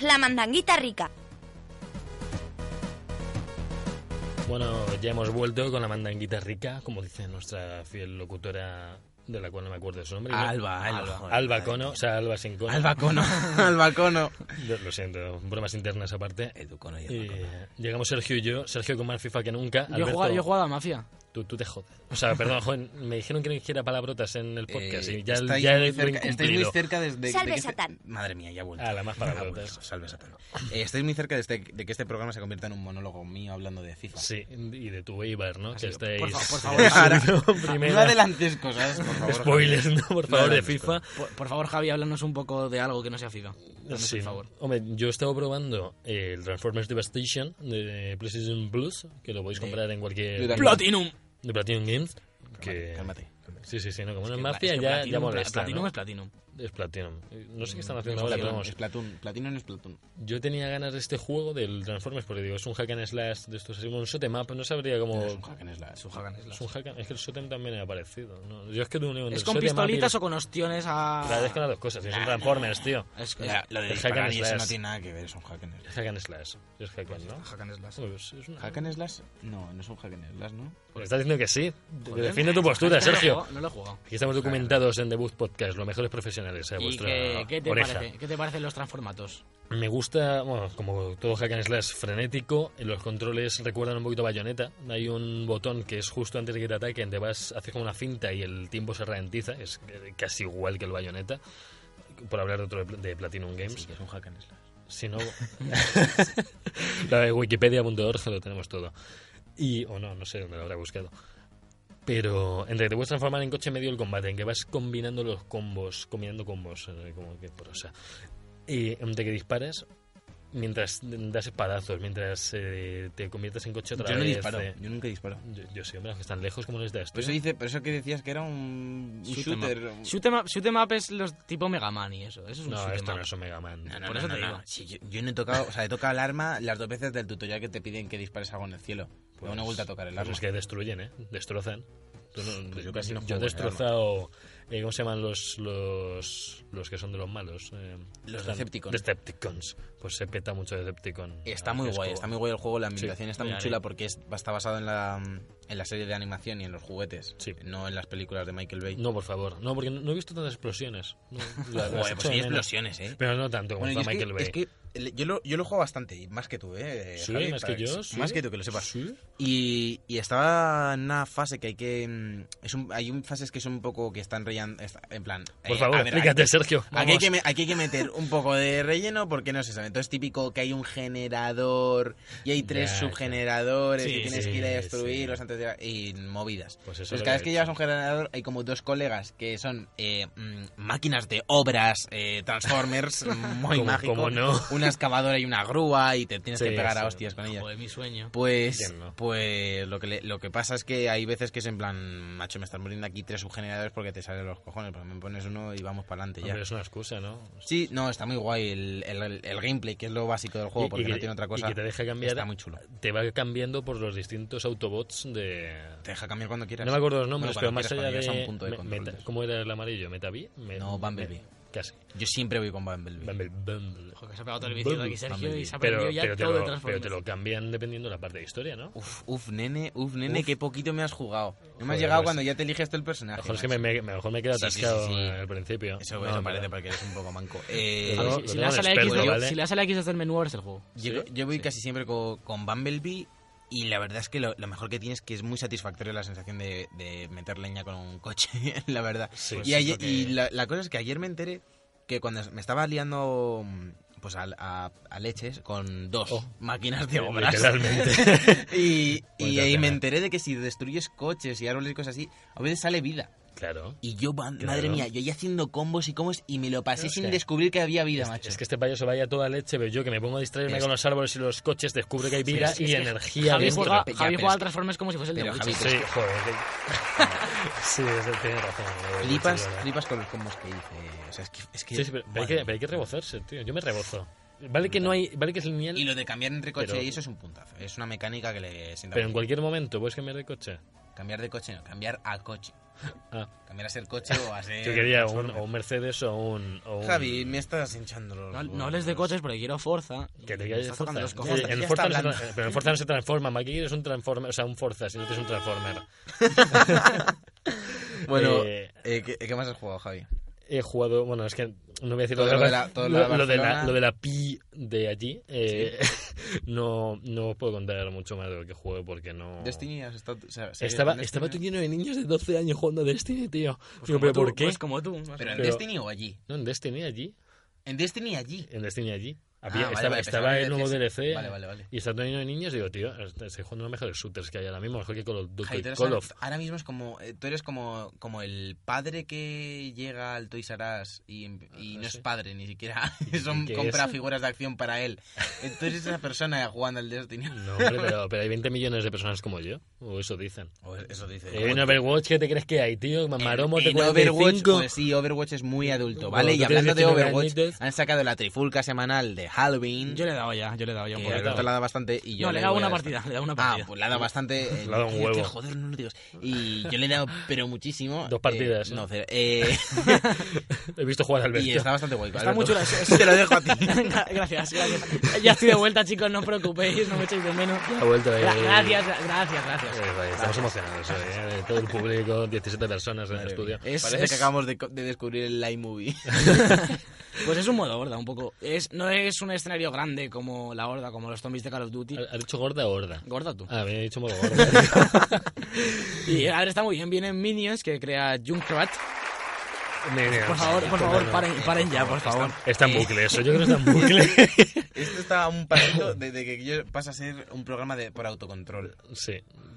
Speaker 1: La mandanguita rica.
Speaker 2: Bueno, ya hemos vuelto con la mandanguita rica, como dice nuestra fiel locutora, de la cual no me acuerdo su nombre.
Speaker 3: Alba, Alba.
Speaker 2: Alba,
Speaker 3: joder.
Speaker 2: Cono, o sea, Alba sin cono.
Speaker 3: *laughs* Albacono, Albacono.
Speaker 2: Lo- Lo siento, bromas internas aparte.
Speaker 3: Educono y
Speaker 2: Y,
Speaker 3: Albacono.
Speaker 2: eh, llegamos Sergio y yo, Sergio con más FIFA que nunca.
Speaker 4: Yo he, jugado, yo he jugado a Mafia.
Speaker 2: Tú, tú te jodes. O sea, perdón, joven, me dijeron que no dijera palabrotas en el podcast
Speaker 3: Eh,
Speaker 2: y ya,
Speaker 3: estáis,
Speaker 2: ya
Speaker 3: muy
Speaker 2: lo
Speaker 3: cerca,
Speaker 2: he
Speaker 3: estáis muy
Speaker 2: incumplido.
Speaker 3: cerca de, de-
Speaker 1: Salve,
Speaker 3: de que este
Speaker 1: Satán.
Speaker 3: Madre mía, ya ha vuelto.
Speaker 2: Ah, la más
Speaker 3: Ya ha
Speaker 2: palabrotas.
Speaker 3: vuelto, Salve Satán. Eh, estáis muy cerca de, este- de que este programa se convierta en un monólogo mío hablando de FIFA.
Speaker 2: Sí, y de tu Eibar, ¿no? que
Speaker 4: Así que,
Speaker 2: estáis... *laughs*
Speaker 4: por fa- por favor,
Speaker 2: eh,
Speaker 3: *laughs* Ahora,
Speaker 2: subiendo
Speaker 3: No
Speaker 2: primera.
Speaker 3: adelantes cosas, por favor.
Speaker 2: Spoilers, ¿no? Por
Speaker 3: No
Speaker 2: favor, de
Speaker 3: adelantes
Speaker 2: FIFA.
Speaker 4: Por, por favor, Javi, háblanos un poco de algo que no sea FIFA. Haznos
Speaker 2: Sí.
Speaker 4: el favor.
Speaker 2: Hombre, yo he estado probando el Transformers Devastation de PlayStation Plus, que lo podéis comprar en
Speaker 3: Yo
Speaker 2: cualquier...
Speaker 3: también.
Speaker 4: Platinum.
Speaker 2: De Platinum Games. Que...
Speaker 3: Cálmate.
Speaker 2: Sí, sí, sí, no, como una
Speaker 4: Es que
Speaker 2: mafia
Speaker 4: Pla- es que
Speaker 2: ya, ya
Speaker 4: Platinum-
Speaker 2: molesta,
Speaker 4: Platinum
Speaker 2: ¿no?
Speaker 4: es Platinum.
Speaker 2: Es Platinum. Eh, No sé qué están haciendo ahora, pero
Speaker 3: Platón,
Speaker 2: vamos.
Speaker 3: es Platón, Platino en es Platón.
Speaker 2: Yo tenía ganas de este juego del Transformers, porque digo, es un hack and slash de estos así, un shoot'em up, no sabría cómo...
Speaker 3: Es un hack and slash.
Speaker 2: Oh. Es un hack and- es que el shoot'em también ha parecido. ¿no? Yo es que no
Speaker 4: ¿Es con pistolitas o con Ah, ostiones a...?
Speaker 2: Claro, es que las dos cosas, es un Transformers, tío.
Speaker 4: Es que-
Speaker 3: La- Lo de
Speaker 2: El hack and
Speaker 3: disparar y eso
Speaker 2: slash.
Speaker 3: no tiene nada que ver, es un hack and slash.
Speaker 2: Es hack and slash, es hack and, ¿no?
Speaker 4: Hack and slash.
Speaker 2: Uy, pues es una-
Speaker 3: ¿Hack and slash? No, no es un hack and slash, ¿no?
Speaker 2: Estás diciendo que sí.
Speaker 4: Joder.
Speaker 2: Defiende tu postura, Sergio.
Speaker 4: *laughs* No lo he jugado, No lo he jugado.
Speaker 2: Aquí estamos documentados en The Booth Podcast, los mejores profesionales a
Speaker 4: ¿Y
Speaker 2: vuestra
Speaker 4: qué, qué te
Speaker 2: oreja.
Speaker 4: parece? ¿Qué te parecen los transformatos?
Speaker 2: Me gusta, bueno, como todo hack and slash frenético, los controles recuerdan un poquito a Bayonetta. Hay un botón que es justo antes de que te ataquen, te vas, haces como una cinta y el tiempo se ralentiza, es eh, casi igual que el Bayonetta, por hablar de otro de, Pl- de Platinum Games.
Speaker 3: Sí, que es un hack and slash.
Speaker 2: Si
Speaker 3: *laughs*
Speaker 2: no, la de wikipedia.org lo tenemos todo. Y, o no, no sé dónde lo habrá buscado. Pero entre que te puedes transformar en coche en medio del combate, en que vas combinando los combos, combinando combos, eh, como que prosa. Y entre que disparas, mientras das espadazos, mientras eh, te conviertes en coche otra
Speaker 3: Yo no
Speaker 2: vez.
Speaker 3: disparo,
Speaker 2: eh,
Speaker 3: yo nunca disparo.
Speaker 2: yo, yo sí, hombre, los que están lejos, ¿cómo les das?
Speaker 3: Por
Speaker 2: tío?
Speaker 3: eso, dice, por eso que decías que era un, un
Speaker 4: Shoot 'em up.
Speaker 3: shooter. um, un-
Speaker 4: Shoot 'em up- shoot 'em up es los tipo Mega Man y eso. Eso es un
Speaker 2: no,
Speaker 4: shoot 'em
Speaker 2: esto
Speaker 4: up.
Speaker 2: no es Omega Man.
Speaker 3: No, no,
Speaker 4: Por
Speaker 3: no,
Speaker 4: eso
Speaker 3: no,
Speaker 4: te
Speaker 3: no.
Speaker 4: digo.
Speaker 3: Sí, yo, yo no he tocado, o sea, he tocado el arma las dos veces del tutorial que te piden que dispares algo en el cielo. Pero no he vuelto a tocar el
Speaker 2: Pues
Speaker 3: arma.
Speaker 2: es que destruyen, ¿eh? Destrozan. Tú no-
Speaker 3: Pues yo casi no
Speaker 2: yo he
Speaker 3: juego con el
Speaker 2: destrozado... eh, ¿Cómo se llaman los, los, los que son de los malos? Eh,
Speaker 3: Los
Speaker 2: están-
Speaker 3: Decepticons.
Speaker 2: Decepticons. Pues se peta mucho Decepticon.
Speaker 3: Está
Speaker 2: Ah,
Speaker 3: muy
Speaker 2: es
Speaker 3: guay,
Speaker 2: como-
Speaker 3: está muy guay el juego, la ambientación está
Speaker 2: muy
Speaker 3: muy
Speaker 2: bien.
Speaker 3: chula porque es- está basado en la, en la serie de animación y en los juguetes,
Speaker 2: Sí.
Speaker 3: no en las películas de Michael Bay.
Speaker 2: No, por favor. No, porque no, no he visto tantas explosiones. No,
Speaker 3: *laughs*
Speaker 2: la- las
Speaker 3: Joder,
Speaker 2: echo
Speaker 3: pues hay
Speaker 2: de menos.
Speaker 3: explosiones, ¿eh?
Speaker 2: Pero no tanto como
Speaker 3: Bueno, y
Speaker 2: para
Speaker 3: es,
Speaker 2: Michael
Speaker 3: que,
Speaker 2: Bay.
Speaker 3: es que el- yo lo, yo lo juego bastante, y más que tú, ¿eh?
Speaker 2: Sí,
Speaker 3: Javi,
Speaker 2: más
Speaker 3: para
Speaker 2: que yo, sí.
Speaker 3: Más que tú, que lo sepas. Eh,
Speaker 2: Sí.
Speaker 3: Y, y estaba en una fase que hay que... mm, Es un, hay un- fases que son un poco que están rellan, está- en plan...
Speaker 2: Por
Speaker 3: eh,
Speaker 2: favor,
Speaker 3: a ver,
Speaker 2: explícate,
Speaker 3: aquí-
Speaker 2: Sergio.
Speaker 3: Aquí hay,
Speaker 2: Vamos.
Speaker 3: que, me- aquí hay que meter un poco de relleno porque no se sabe. Entonces, típico que hay un generador y hay tres
Speaker 2: Ya, ya.
Speaker 3: subgeneradores
Speaker 2: Sí,
Speaker 3: y tienes
Speaker 2: sí,
Speaker 3: que ir a destruirlos
Speaker 2: sí.
Speaker 3: antes de. y movidas.
Speaker 2: Pues eso
Speaker 3: Entonces,
Speaker 2: lo
Speaker 3: cada
Speaker 2: he
Speaker 3: vez que
Speaker 2: hecho.
Speaker 3: llevas un generador, hay como dos colegas que son eh, mm, máquinas de obras, eh,
Speaker 2: *laughs*
Speaker 3: Transformers, muy
Speaker 2: Como-
Speaker 3: mágico.
Speaker 2: como no.
Speaker 3: Una excavadora y una grúa y te tienes
Speaker 2: Sí,
Speaker 3: que pegar
Speaker 2: sí. Ah,
Speaker 3: a hostias con ellas.
Speaker 4: Joder, mi sueño.
Speaker 3: Pues,
Speaker 2: Entiendo.
Speaker 3: pues lo, que le- lo que pasa es que hay veces que es en plan, macho, me están muriendo aquí tres subgeneradores porque te salen los cojones, pero me pones uno y vamos para adelante ya.
Speaker 2: Hombre, es una excusa, ¿no?
Speaker 3: Sí, no, está muy guay el, el- el gameplay, que es lo básico del juego,
Speaker 2: Y-
Speaker 3: porque
Speaker 2: y que-
Speaker 3: no tiene otra cosa.
Speaker 2: Y que te deja cambiar.
Speaker 3: Está muy chulo.
Speaker 2: Te va cambiando por los distintos autobots de,
Speaker 3: Te deja cambiar cuando quieras.
Speaker 2: No me acuerdo los nombres,
Speaker 3: Bueno,
Speaker 2: pero
Speaker 3: cuando
Speaker 2: más allá
Speaker 3: quieras, cuando llegas a
Speaker 2: de.
Speaker 3: un punto de
Speaker 2: me-
Speaker 3: control
Speaker 2: meta-
Speaker 3: de eso.
Speaker 2: ¿Cómo era el amarillo? ¿Metaví? Me-
Speaker 3: No, Bumblebee.
Speaker 2: me- casi.
Speaker 3: Yo siempre voy con Bumblebee.
Speaker 2: Bumble- Bumble.
Speaker 4: Joder, que se ha pegado todo el vicio de aquí, Sergio, y se ha
Speaker 2: Pero,
Speaker 4: aprendido ya
Speaker 2: pero te
Speaker 4: todo de
Speaker 2: lo, pero
Speaker 4: Transformers.
Speaker 2: te lo cambian dependiendo de la parte de historia, ¿no?
Speaker 3: Uf, uf, nene, uf, nene,
Speaker 2: Uf.
Speaker 3: qué poquito me has jugado. No me
Speaker 2: Joder,
Speaker 3: has llegado
Speaker 2: pues-
Speaker 3: cuando ya te eliges tú el
Speaker 2: A
Speaker 3: personaje.
Speaker 2: lo mejor, es que me,
Speaker 3: macho.
Speaker 2: me- a lo mejor me queda
Speaker 3: Sí, sí, sí,
Speaker 2: atascado
Speaker 3: sí.
Speaker 2: al principio.
Speaker 3: Eso,
Speaker 2: No,
Speaker 3: eso
Speaker 2: no,
Speaker 3: parece
Speaker 2: no.
Speaker 3: porque eres un
Speaker 2: *laughs*
Speaker 3: poco manco. Eh,
Speaker 4: A ver,
Speaker 2: lo-
Speaker 4: si-
Speaker 2: lo
Speaker 4: si, le
Speaker 2: tengo
Speaker 4: das
Speaker 2: en
Speaker 4: a la X,
Speaker 2: experto,
Speaker 4: de-
Speaker 2: ¿vale?
Speaker 4: si le das a la X desde el menú, ahora es el juego.
Speaker 3: yo,
Speaker 2: ¿Sí?
Speaker 3: yo voy
Speaker 2: Sí.
Speaker 3: casi siempre co- con, Bumblebee y la verdad es que lo, lo mejor que tienes es que es muy satisfactoria la sensación de, de meter leña con un coche, *laughs* la verdad.
Speaker 2: Sí,
Speaker 3: y
Speaker 2: eso es
Speaker 3: ayer-
Speaker 2: lo que-
Speaker 3: y la, la cosa es que ayer me enteré que cuando me estaba liando mm, pues a, a- a leches con dos
Speaker 2: Oh.
Speaker 3: máquinas
Speaker 2: *laughs*
Speaker 3: de obras.
Speaker 2: Literalmente.
Speaker 3: *laughs* y y
Speaker 2: Pues ya
Speaker 3: ahí
Speaker 2: está.
Speaker 3: me enteré de que si destruyes coches y árboles y cosas así, a veces sale vida.
Speaker 2: Claro.
Speaker 3: Y yo, man-
Speaker 2: Claro.
Speaker 3: madre mía, yo ya haciendo combos y combos y me lo pasé sin
Speaker 2: que-
Speaker 3: descubrir que había vida, macho.
Speaker 2: Es que este payo se vaya a toda leche, pero yo que me pongo a distraerme
Speaker 3: Es-
Speaker 2: con los árboles y los coches, descubro que hay vida
Speaker 3: es que-
Speaker 2: y
Speaker 3: es que
Speaker 2: energía
Speaker 4: Javi
Speaker 3: Javier
Speaker 2: dentro.
Speaker 4: juega,
Speaker 3: pero-
Speaker 4: Javi
Speaker 3: ya,
Speaker 4: juega
Speaker 3: pero
Speaker 4: al Transformers como si fuese el de
Speaker 3: pero,
Speaker 4: Mucha.
Speaker 3: Javi,
Speaker 2: Sí, joder.
Speaker 3: *laughs*
Speaker 2: que- sí, eso tiene razón. lo de
Speaker 3: Flipas,
Speaker 2: Mucha,
Speaker 3: flipas con los combos que hice. O sea, es que. Es que
Speaker 2: Sí, sí, pero, pero hay
Speaker 3: madre
Speaker 2: que, pero hay que rebozarse, tío. Yo me rebozo. Vale que no hay, vale que es lineal,
Speaker 3: Y lo de cambiar entre coche
Speaker 2: Pero-
Speaker 3: y eso es un puntazo. Es una mecánica que le sienta
Speaker 2: pero en
Speaker 3: bien.
Speaker 2: cualquier momento puedes cambiar de coche.
Speaker 3: Cambiar de coche, no, cambiar a coche.
Speaker 2: Ah,
Speaker 3: Cambiar a ser coche o a ser.
Speaker 2: *laughs* yo quería un,
Speaker 3: Transformer.
Speaker 2: o un Mercedes o un, o un-
Speaker 3: Eh, Javi, me estás hinchando los
Speaker 4: No, no
Speaker 3: huevos.
Speaker 4: les de coches porque quiero Forza.
Speaker 2: Que te
Speaker 4: Y me
Speaker 2: quedes
Speaker 4: estás
Speaker 2: Forza.
Speaker 4: tocando los
Speaker 2: Sí,
Speaker 4: cojones.
Speaker 3: Ya
Speaker 2: en
Speaker 3: está
Speaker 2: Forza no se
Speaker 3: hablando.
Speaker 2: tra- pero en Forza no se transforma. Aquí eres un transformer, o sea, un Forza, si no eres un transformer.
Speaker 3: Bueno,
Speaker 2: Eh,
Speaker 3: eh, ¿qué, qué más has jugado, Javi?
Speaker 2: he Eh, jugado, bueno, es que no voy a decir
Speaker 3: Todo
Speaker 2: otra
Speaker 3: lo de
Speaker 2: vez.
Speaker 3: la- todo lo de
Speaker 2: lo, de la,
Speaker 3: Barcelona.
Speaker 2: lo de la pi de allí. eh, *laughs* no, no os puedo contar mucho más de lo que jugué porque no.
Speaker 3: Destiny has estado. o sea, ¿sigues
Speaker 2: Estaba,
Speaker 3: con
Speaker 2: estaba todo
Speaker 3: Destiny?
Speaker 2: lleno de niños de 12 años jugando a Destiny, tío.
Speaker 4: Pues
Speaker 2: Digo,
Speaker 4: como
Speaker 2: ¿pero
Speaker 4: tú,
Speaker 2: por qué?
Speaker 4: Pues como tú. más o
Speaker 3: ¿Pero en
Speaker 4: menos.
Speaker 2: Pero-
Speaker 3: Destiny o allí?
Speaker 2: No, en Destiny allí.
Speaker 3: En Destiny allí.
Speaker 2: En Destiny allí.
Speaker 3: Ah,
Speaker 2: Eh, Había-
Speaker 3: vale,
Speaker 2: estaba
Speaker 3: vale,
Speaker 2: estaba
Speaker 3: pensaba que
Speaker 2: el nuevo
Speaker 3: decías-
Speaker 2: DLC.
Speaker 3: Vale, vale, vale.
Speaker 2: Y estaba todo lleno de niños, digo, tío, este, estoy jugando los mejores shooters que hay ahora mismo, mejor que Call of Duty,
Speaker 3: Javi, tú eres
Speaker 2: Pues Call
Speaker 3: ahora-
Speaker 2: of.
Speaker 3: ahora mismo es como eh, tú eres como, como el padre que llega al Toys R Us y, em, y
Speaker 2: Ah,
Speaker 3: no
Speaker 2: sí.
Speaker 3: es padre ni siquiera
Speaker 2: *laughs*
Speaker 3: *laughs*
Speaker 2: ¿Y
Speaker 3: son
Speaker 2: qué
Speaker 3: compra
Speaker 2: es?
Speaker 3: figuras de acción para él entonces esa persona jugando
Speaker 2: *laughs*
Speaker 3: al Destiny
Speaker 2: No, hombre, pero, pero hay 20 millones de personas como yo, o eso
Speaker 3: *laughs*
Speaker 2: dicen.
Speaker 3: O eso dice
Speaker 2: Eh, en Overwatch, ¿qué te crees que hay, tío? Mamaromos de
Speaker 3: En Overwatch
Speaker 2: 45.
Speaker 3: pues sí Overwatch es muy adulto vale
Speaker 2: Cuando
Speaker 3: y
Speaker 2: tú tienes
Speaker 3: hablando de
Speaker 2: 19
Speaker 3: Overwatch
Speaker 2: añitos-
Speaker 3: han sacado la trifulca semanal de Halloween
Speaker 4: Yo le he dado ya, yo le he dado ya un
Speaker 3: que
Speaker 2: le he
Speaker 4: poquito. *laughs*
Speaker 2: dado.
Speaker 3: Alberto la da bastante y yo
Speaker 4: No, le he
Speaker 3: doy
Speaker 4: dado una
Speaker 3: a-
Speaker 4: partida, le he dado una partida.
Speaker 3: Ah, pues le ha dado bastante. eh,
Speaker 2: *laughs* Le ha dado un
Speaker 3: tío,
Speaker 2: huevo.
Speaker 3: que joder, no lo digas. Y yo le he dado, pero muchísimo.
Speaker 2: Dos partidas,
Speaker 3: Eh,
Speaker 2: ¿eh?
Speaker 3: no, cero.
Speaker 2: *laughs*
Speaker 3: Eh,
Speaker 2: He visto jugar al
Speaker 3: y
Speaker 2: bestia.
Speaker 3: está bastante guay.
Speaker 4: Está muy chula. es- es-
Speaker 3: Te lo dejo a ti. *laughs*
Speaker 4: Gra- gracias, gracias. Ya estoy de vuelta, chicos, no os preocupéis, no me echéis de menos.
Speaker 2: Ha vuelto ahí.
Speaker 4: Gra- Gracias, gra- gracias, gracias.
Speaker 2: Eh, vaya, estamos emocionados, eh, todo el público, 17 personas en el estudio.
Speaker 4: Es-
Speaker 3: Parece
Speaker 4: es-
Speaker 3: que acabamos de, co- de descubrir el iMovie.
Speaker 4: Pues es un modo horda, un poco. Es, no es un escenario grande como la horda, como los zombies de Call of Duty.
Speaker 2: ¿Has dicho gorda o horda?
Speaker 4: Gorda tú.
Speaker 2: Ah, me he dicho
Speaker 3: *laughs*
Speaker 2: modo gorda.
Speaker 4: Y ahora está muy bien, vienen minions que crea Junkrat.
Speaker 2: Mira,
Speaker 4: Por favor, por
Speaker 2: no,
Speaker 4: favor,
Speaker 2: no.
Speaker 4: paren, paren ya, por favor.
Speaker 2: Está en
Speaker 3: Eh,
Speaker 2: bucle eso, yo creo que está en
Speaker 3: *laughs*
Speaker 2: bucle.
Speaker 3: *laughs* Esto está a un pasito de, de que yo pasa a ser un programa de, por autocontrol.
Speaker 2: Sí,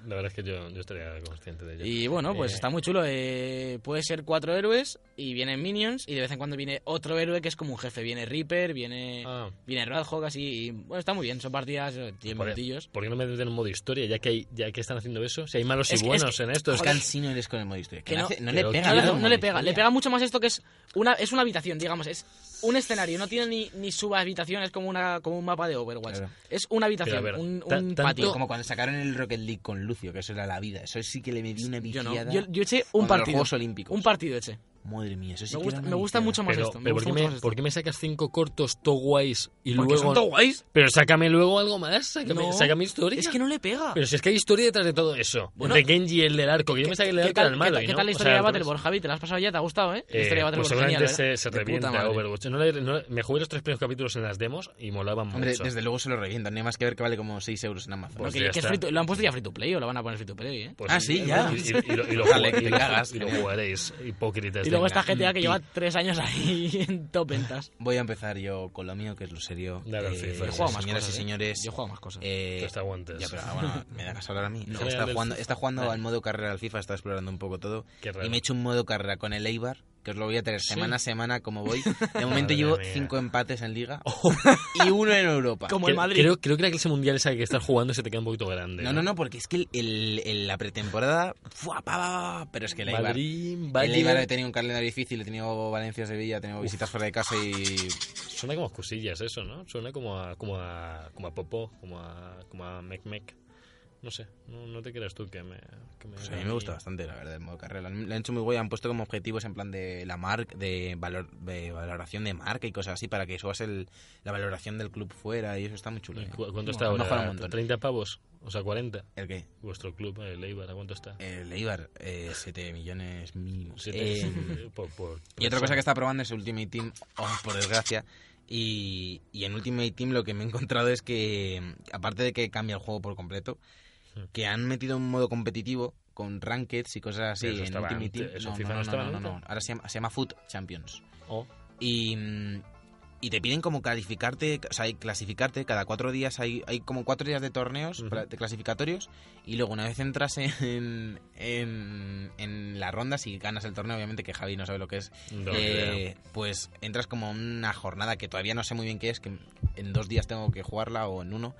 Speaker 2: la verdad es que yo, yo estaría consciente de ello.
Speaker 4: Y bueno, pues
Speaker 2: Eh,
Speaker 4: está muy chulo. eh, puede ser cuatro héroes y vienen minions y de vez en cuando viene otro héroe que es como un jefe. Viene Reaper, viene,
Speaker 2: Ah.
Speaker 4: viene Roadhog, así. y, bueno, está muy bien, son partidas de
Speaker 2: Joder,
Speaker 4: 10 minutillos.
Speaker 2: ¿Por qué no me meten en modo historia? Ya que, hay, ya que están haciendo eso, si hay malos
Speaker 4: Es
Speaker 2: y
Speaker 4: que-
Speaker 2: buenos
Speaker 4: es que-
Speaker 2: en esto. es
Speaker 3: Es
Speaker 2: que-
Speaker 3: cansino eres con el modo historia. Que
Speaker 4: Que
Speaker 3: no,
Speaker 4: no-
Speaker 3: hace- no
Speaker 2: pero
Speaker 3: le
Speaker 2: que
Speaker 3: pega.
Speaker 4: No,
Speaker 3: nada
Speaker 4: le-
Speaker 3: al
Speaker 4: no
Speaker 3: modo
Speaker 4: le pega,
Speaker 3: historia.
Speaker 4: le pega mucho más esto que es una, es una habitación, digamos, es un escenario, no tiene ni, ni subhabitación, es como, una, como un mapa de Overwatch.
Speaker 3: Claro.
Speaker 4: Es una habitación,
Speaker 2: Pero a ver,
Speaker 4: un,
Speaker 2: ta-
Speaker 4: un
Speaker 2: tanto-
Speaker 4: patio.
Speaker 3: Como cuando sacaron el Rocket League con Lucio, que eso era la vida. Eso sí que le medí una
Speaker 4: Yo no,
Speaker 3: viciada.
Speaker 4: yo, yo eché
Speaker 3: Como
Speaker 4: un
Speaker 3: de los
Speaker 4: partido.
Speaker 3: Juegos Olímpicos.
Speaker 4: Un partido eché.
Speaker 3: Madre mía, eso sí
Speaker 4: Me
Speaker 3: que
Speaker 4: gusta,
Speaker 3: era una
Speaker 4: me gusta
Speaker 3: viciada.
Speaker 4: mucho más
Speaker 2: pero,
Speaker 4: esto. me
Speaker 2: pero ¿por,
Speaker 4: gusta
Speaker 2: qué
Speaker 4: mucho
Speaker 2: me,
Speaker 4: más esto.
Speaker 2: por qué me sacas cinco cortos to guays y
Speaker 4: Porque
Speaker 2: luego.
Speaker 4: son todo guays.
Speaker 2: Pero sácame luego algo más, sácame,
Speaker 4: No,
Speaker 2: sácame historia.
Speaker 4: Es que no le pega.
Speaker 2: Pero si es que hay historia detrás de todo eso.
Speaker 4: Bueno,
Speaker 2: Entre Genji y el del arco, que yo me saqué el del arco era el malo.
Speaker 4: ¿qué,
Speaker 2: y
Speaker 4: tal
Speaker 2: no,
Speaker 4: la
Speaker 2: o
Speaker 4: historia
Speaker 2: sea,
Speaker 4: de
Speaker 2: al revés.
Speaker 4: Battleborn, Javi? ¿Te la has pasado ya? ¿Te ha gustado, eh? la
Speaker 2: Eh,
Speaker 4: historia de
Speaker 2: pues
Speaker 4: Battleborn
Speaker 2: seguramente
Speaker 4: genial, ¿verdad?
Speaker 2: se, se
Speaker 4: De puta
Speaker 2: revienta
Speaker 4: madre.
Speaker 2: Overwatch. No le- no le- me jugué los tres primeros capítulos en las demos y molaban
Speaker 3: Hombre,
Speaker 2: mucho.
Speaker 3: desde luego se lo revientan. No hay más que ver que vale como 6 euros en Amazon.
Speaker 4: Bueno,
Speaker 2: Pues
Speaker 4: que-
Speaker 2: ya
Speaker 4: que es
Speaker 2: está.
Speaker 4: free to- ¿Lo han puesto ya free to play o lo van a poner free to play, eh?
Speaker 2: Pues
Speaker 3: Ah, sí, ya.
Speaker 2: Y, y- y lo, y
Speaker 3: *laughs*
Speaker 2: lo
Speaker 3: Vale,
Speaker 2: jugu-
Speaker 3: que
Speaker 2: y
Speaker 3: te
Speaker 2: lo-
Speaker 3: cagas.
Speaker 2: y lo jugaréis, hipócritas.
Speaker 4: Y luego
Speaker 2: Venga.
Speaker 4: está GTA que lleva tres años ahí *laughs* en top ventas.
Speaker 3: Voy a empezar yo con lo mío, que es lo serio.
Speaker 2: Dale al FIFA.
Speaker 4: Yo he
Speaker 2: Pues,
Speaker 4: jugado más
Speaker 3: señoras
Speaker 4: cosas.
Speaker 3: y
Speaker 4: eh.
Speaker 3: señores.
Speaker 4: Yo he jugado más cosas.
Speaker 3: eh,
Speaker 2: Pues te aguantes.
Speaker 3: Ya, pero ah, bueno, me dejas hablar
Speaker 2: *laughs*
Speaker 3: a mí.
Speaker 2: No.
Speaker 3: está,
Speaker 2: Dale,
Speaker 3: jugando,
Speaker 2: sí.
Speaker 3: está jugando
Speaker 2: Dale.
Speaker 3: al modo carrera al FIFA, está explorando un poco todo.
Speaker 2: Qué raro.
Speaker 3: Y me he hecho un modo carrera con el Eibar, que os lo voy a tener
Speaker 2: Sí.
Speaker 3: semana a semana como
Speaker 2: *laughs*
Speaker 3: voy. De
Speaker 2: Madre
Speaker 3: momento llevo
Speaker 2: mía. Oh.
Speaker 3: cinco empates en Liga y uno
Speaker 2: *laughs*
Speaker 3: en Europa.
Speaker 4: Como
Speaker 2: Creo-
Speaker 4: el Madrid.
Speaker 2: Creo, creo que la clase mundial esa que estás jugando se te queda un poquito grande.
Speaker 3: No, no, no, porque es que el, el- el- la pretemporada... ¡fua, pa, pa, pa! pero es que el Eibar...
Speaker 2: Madrid,
Speaker 3: El Eibar he
Speaker 2: Valle.
Speaker 3: tenido un calendario difícil, he tenido Valencia, Sevilla, he tenido visitas fuera de casa y
Speaker 2: Suena como a cosillas eso, ¿no? Suena como a, como a, como a Popó, como a, como a Mec Mec. No sé, no, no te creas tú que me. que me-
Speaker 3: Pues a mí me gusta bastante, la verdad, el modo carrera. Lo han lo han hecho muy guay, han puesto como objetivos en plan de la marca, de, valor, de valoración de marca y cosas así para que subas el, la valoración del club fuera y eso está muy chulo.
Speaker 2: ¿Y
Speaker 3: ¿eh?
Speaker 2: cu- ¿Cuánto está
Speaker 3: Han mejorado
Speaker 2: ahora?
Speaker 3: un montón.
Speaker 2: ¿30 pavos? O sea, 40.
Speaker 3: ¿El qué?
Speaker 2: Vuestro club, el Eibar, ¿a cuánto está?
Speaker 3: El Eibar, 7 millones mínimos.
Speaker 2: Siete-
Speaker 3: Eh,
Speaker 2: *laughs* por- por
Speaker 3: y otra cosa
Speaker 2: persona.
Speaker 3: que está probando es Ultimate Team, oh, por desgracia. Y, y en Ultimate Team lo que me he encontrado es que, aparte de que cambia el juego por completo,
Speaker 2: Hmm.
Speaker 3: que han metido un modo competitivo con rankeds y cosas así
Speaker 2: Pero eso
Speaker 3: en
Speaker 2: estaba
Speaker 3: Ultimate
Speaker 2: antes,
Speaker 3: Team.
Speaker 2: eso
Speaker 3: No,
Speaker 2: FIFA
Speaker 3: no,
Speaker 2: no
Speaker 3: no,
Speaker 2: estaba
Speaker 3: no, no,
Speaker 2: nunca.
Speaker 3: no. Ahora se llama, se llama Foot Champions.
Speaker 2: Oh,
Speaker 3: Y, mm, y te piden como calificarte, o sea, hay clasificarte cada cuatro días, hay, hay como cuatro días de torneos
Speaker 2: Ujú.
Speaker 3: pla- de clasificatorios y luego una vez entras en, en, en la ronda, si ganas el torneo, obviamente que Javi no sabe lo que es,
Speaker 2: No, ni
Speaker 3: eh,
Speaker 2: idea.
Speaker 3: pues entras como a una jornada que todavía no sé muy bien qué es, que en dos días tengo que jugarla o en uno,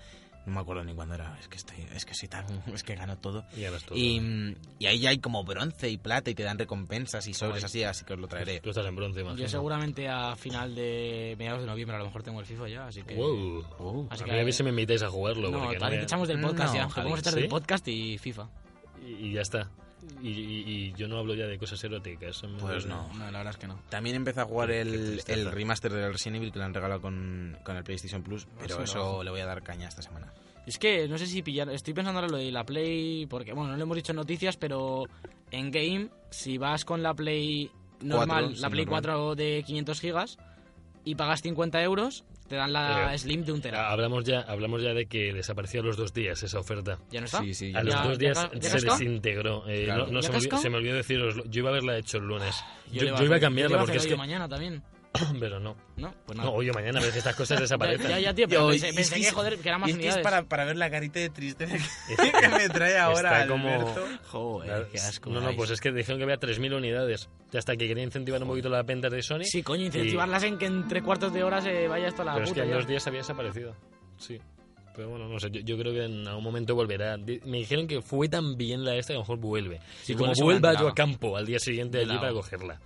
Speaker 3: no me acuerdo ni cuándo era, es que, estoy, es que soy tan, *laughs* es que gano todo.
Speaker 2: Y ganas todo.
Speaker 3: Y, mm, y ahí ya hay como bronce y plata y te dan recompensas y sobres
Speaker 2: Guay.
Speaker 3: así, así que os lo traeré.
Speaker 2: Tú estás en bronce, imagino.
Speaker 4: Yo seguramente a final de mediados de noviembre a lo mejor tengo el FIFA ya, así que...
Speaker 2: Wow.
Speaker 3: Uh,
Speaker 4: Así
Speaker 2: a
Speaker 4: que-
Speaker 2: mí a mí se me invitáis a jugarlo.
Speaker 4: No,
Speaker 2: porque
Speaker 4: para que
Speaker 2: me-
Speaker 4: te echamos del podcast
Speaker 3: No,
Speaker 4: ya.
Speaker 3: Javi,
Speaker 4: Podemos echar
Speaker 2: ¿sí?
Speaker 4: del podcast y FIFA.
Speaker 2: y, y ya está. Y, y- y yo no hablo ya de cosas eróticas. en
Speaker 3: Pues
Speaker 2: verdad.
Speaker 3: no.
Speaker 4: No, la verdad es que no.
Speaker 3: También empecé a jugar
Speaker 2: Qué
Speaker 3: el,
Speaker 2: tristeza.
Speaker 3: el remaster del Resident Evil que lo han regalado con, con el PlayStation
Speaker 2: Ah,
Speaker 3: Plus, pero
Speaker 4: sí,
Speaker 3: eso le voy a dar caña esta semana.
Speaker 4: Es que no sé si pillar. Estoy pensando ahora lo de la Play. Porque, bueno, no le hemos dicho en noticias, pero en game, si vas con la Play normal,
Speaker 3: Cuatro,
Speaker 4: la
Speaker 3: sí,
Speaker 4: Play
Speaker 3: normal.
Speaker 4: 4 de 500 gigas, y pagas 50 euros, te dan la
Speaker 2: Eh,
Speaker 4: Slim de un
Speaker 2: Ah,
Speaker 4: tera.
Speaker 2: Hablamos ya, hablamos ya de que desapareció a los dos días esa oferta.
Speaker 4: ¿Ya no está?
Speaker 3: Sí, sí,
Speaker 2: A
Speaker 3: ya
Speaker 2: los
Speaker 4: ¿Ya-
Speaker 2: dos
Speaker 4: ya
Speaker 2: días
Speaker 4: ca- ya
Speaker 2: se
Speaker 4: cascó?
Speaker 2: desintegró. Eh,
Speaker 3: Claro.
Speaker 2: No, no
Speaker 4: ¿Ya
Speaker 2: se, me olvidó,
Speaker 4: cascó?
Speaker 2: se me olvidó deciros, yo iba a haberla hecho el lunes. Yo, yo
Speaker 4: le
Speaker 2: iba a
Speaker 4: hacer-
Speaker 2: cambiarla
Speaker 4: yo le iba
Speaker 2: porque es
Speaker 4: hacer
Speaker 2: que...
Speaker 4: hoy o mañana también.
Speaker 2: *laughs* Pero no.
Speaker 4: No, pues nada.
Speaker 2: No, hoy o mañana, a veces estas
Speaker 4: *laughs*
Speaker 2: cosas desaparecen. *laughs*
Speaker 4: ya, ya, tío, pero
Speaker 3: Yo,
Speaker 4: pensé,
Speaker 3: es
Speaker 4: pensé
Speaker 3: que
Speaker 4: que,
Speaker 3: es-
Speaker 4: joder, que eran más
Speaker 3: Y es que es
Speaker 4: unidades.
Speaker 3: para, para ver la carita de tristeza que, *laughs* que me trae ahora
Speaker 2: Está como-
Speaker 3: Alberto.
Speaker 4: Joder, qué asco.
Speaker 2: no, no, pues es que dijeron que había 3.000 unidades. Ya hasta que quería incentivar un poquito las ventas de Sony.
Speaker 4: Sí, coño, incentivarlas en que en tres cuartos de hora se vaya hasta la
Speaker 2: Pero es que
Speaker 4: puta.
Speaker 2: en
Speaker 4: ya.
Speaker 2: dos días había desaparecido. Sí. Pero bueno, no sé, yo, yo creo que en algún momento volverá. Di- Me dijeron que fue tan bien la esta que a lo mejor vuelve.
Speaker 3: Sí,
Speaker 2: y como
Speaker 3: bueno, eso
Speaker 2: vuelva
Speaker 3: volaba.
Speaker 2: yo a campo al día siguiente allí
Speaker 3: Volaba.
Speaker 2: para cogerla.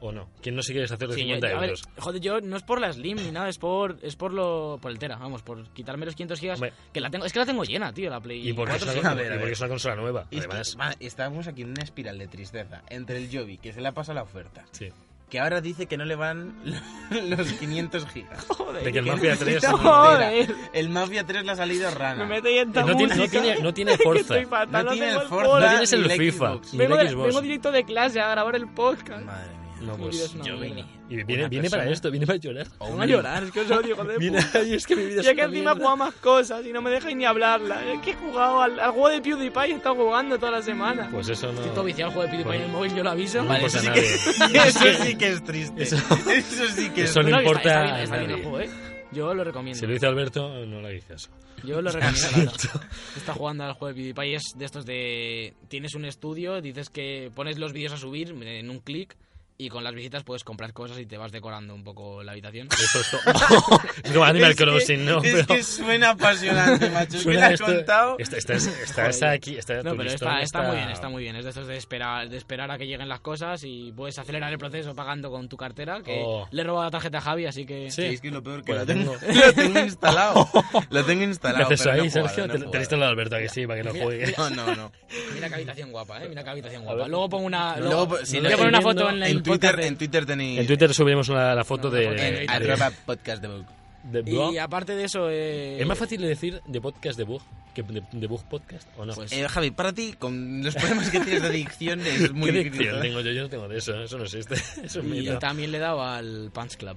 Speaker 2: ¿O no? ¿Quién no se quiere deshacer de
Speaker 4: Sí, yo-
Speaker 2: 50
Speaker 4: yo- a ver,
Speaker 2: euros?
Speaker 4: joder, yo no es por la Slim ni nada, es por es por lo por el Tera, vamos, por quitarme los 500 gigas
Speaker 2: Hombre.
Speaker 4: que la tengo, es que la tengo llena, tío, la Play.
Speaker 2: Y porque, es
Speaker 4: 4,
Speaker 2: una,
Speaker 3: sí. A ver, a
Speaker 2: y porque
Speaker 3: ver.
Speaker 2: es una consola nueva,
Speaker 3: Y es que, *laughs*
Speaker 2: además.
Speaker 3: ma- estamos aquí en una espiral de tristeza entre el Jovi, que se le ha pasado la oferta,
Speaker 2: Sí.
Speaker 3: que ahora dice que no le van *laughs* los 500 gigas.
Speaker 2: De que el Mafia 3
Speaker 3: *laughs* Esta
Speaker 2: no,
Speaker 4: Joder.
Speaker 3: tontera. El Mafia 3 la ha salido rana.
Speaker 4: Me meto ahí en
Speaker 2: no tiene, no tiene, no tiene
Speaker 3: *laughs*
Speaker 2: fuerza.
Speaker 3: No tiene el Forza.
Speaker 2: No tienes el
Speaker 3: ni la
Speaker 2: FIFA.
Speaker 3: Xbox.
Speaker 2: ni la Xbox.
Speaker 4: directo de clase a grabar el podcast.
Speaker 3: Madre mía.
Speaker 2: No,
Speaker 4: Mi vida es
Speaker 2: pues.
Speaker 4: una
Speaker 2: yo-
Speaker 4: mierda.
Speaker 2: Y viene,
Speaker 3: Una
Speaker 2: viene para
Speaker 3: persona-
Speaker 2: esto, viene para llorar.
Speaker 3: O
Speaker 4: Vamos
Speaker 3: un-
Speaker 4: a llorar, es que os odio,
Speaker 2: *laughs*
Speaker 4: joder.
Speaker 2: Mira, y es que mi vida
Speaker 4: Y
Speaker 2: es
Speaker 4: es que
Speaker 2: una mierda.
Speaker 4: encima juega más cosas y no me dejáis ni hablarla. Es que he jugado al, al juego de PewDiePie y he estado jugando toda la semana.
Speaker 2: Pues eso no.
Speaker 4: Estoy todo viciado al juego de PewDiePie en el móvil, yo lo aviso.
Speaker 2: No importa a
Speaker 3: sí
Speaker 2: nadie.
Speaker 3: *laughs* Eso sí que es triste.
Speaker 2: Eso-
Speaker 3: Eso, sí que es
Speaker 2: Eso no
Speaker 4: que está-
Speaker 2: importa
Speaker 4: está bien- está
Speaker 2: a
Speaker 4: bien el
Speaker 2: nadie.
Speaker 4: juego, ¿eh? Yo lo recomiendo.
Speaker 2: Si lo dice Alberto, no le dices.
Speaker 4: Yo lo recomiendo, la verdad. Está jugando al juego de PewDiePie, es de estos de... Tienes un estudio, dices que pones los vídeos a subir en un clic y con las visitas puedes comprar cosas y te vas decorando un poco la habitación.
Speaker 2: Eso es todo. *laughs* no, Animal Crossing, no,
Speaker 3: Es
Speaker 2: pero.
Speaker 3: que
Speaker 2: *laughs*
Speaker 3: suena apasionante, macho. Es que
Speaker 2: suena
Speaker 3: la has
Speaker 2: esto-
Speaker 3: contado.
Speaker 2: esta- esta es- esta es aquí. Esta,
Speaker 4: No,
Speaker 2: tu
Speaker 4: pero
Speaker 2: listón
Speaker 4: está, está muy bien, está muy bien. Es de estos de esperar, de esperar a que lleguen las cosas y puedes acelerar el proceso pagando con tu cartera, que
Speaker 2: Oh.
Speaker 4: le he robado la tarjeta a Javi, así que...
Speaker 2: Sí.
Speaker 3: Es que lo peor que
Speaker 2: Pues la
Speaker 3: lo tengo,
Speaker 2: tengo.
Speaker 3: *laughs* lo tengo *laughs* instalado. Lo tengo
Speaker 2: ¿Qué
Speaker 3: instalado.
Speaker 2: haces
Speaker 3: pero no he
Speaker 2: ahí,
Speaker 3: jugado,
Speaker 2: Sergio?
Speaker 3: no he
Speaker 2: Te- te
Speaker 3: jugado.
Speaker 2: lo instalado a Alberto, que sí, para que no juegue.
Speaker 3: No, no, *laughs* no.
Speaker 4: Mira qué habitación guapa, ¿eh? Mira qué habitación
Speaker 2: A
Speaker 4: guapa.
Speaker 2: ver.
Speaker 4: Luego pongo una...
Speaker 3: Luego,
Speaker 4: luego-
Speaker 3: si
Speaker 4: voy
Speaker 3: no
Speaker 4: a poner una
Speaker 2: estoy
Speaker 4: foto en,
Speaker 2: viendo
Speaker 4: el
Speaker 3: En Twitter,
Speaker 4: podcast de-
Speaker 3: en Twitter tenéis.
Speaker 2: En Twitter subimos una- la foto
Speaker 4: No,
Speaker 2: de.
Speaker 4: no, porque-
Speaker 2: de-
Speaker 3: en
Speaker 4: eh,
Speaker 3: arroba podcast de Vogue.
Speaker 2: de blog.
Speaker 4: Y aparte de eso... eh,
Speaker 2: ¿Es más fácil de decir de podcast de Bug que de, de Bug Podcast o no?
Speaker 4: Pues-
Speaker 3: Eh, Javi, para ti, con los problemas que tienes de adicción,
Speaker 2: *laughs*
Speaker 3: es muy
Speaker 2: ¿Qué
Speaker 3: difícil.
Speaker 2: dicción tengo yo? Yo no tengo de eso, ¿eh? eso no existe. *laughs* Eso es
Speaker 4: ¿eh? Y
Speaker 2: mito.
Speaker 4: también le he dado al Punch Club,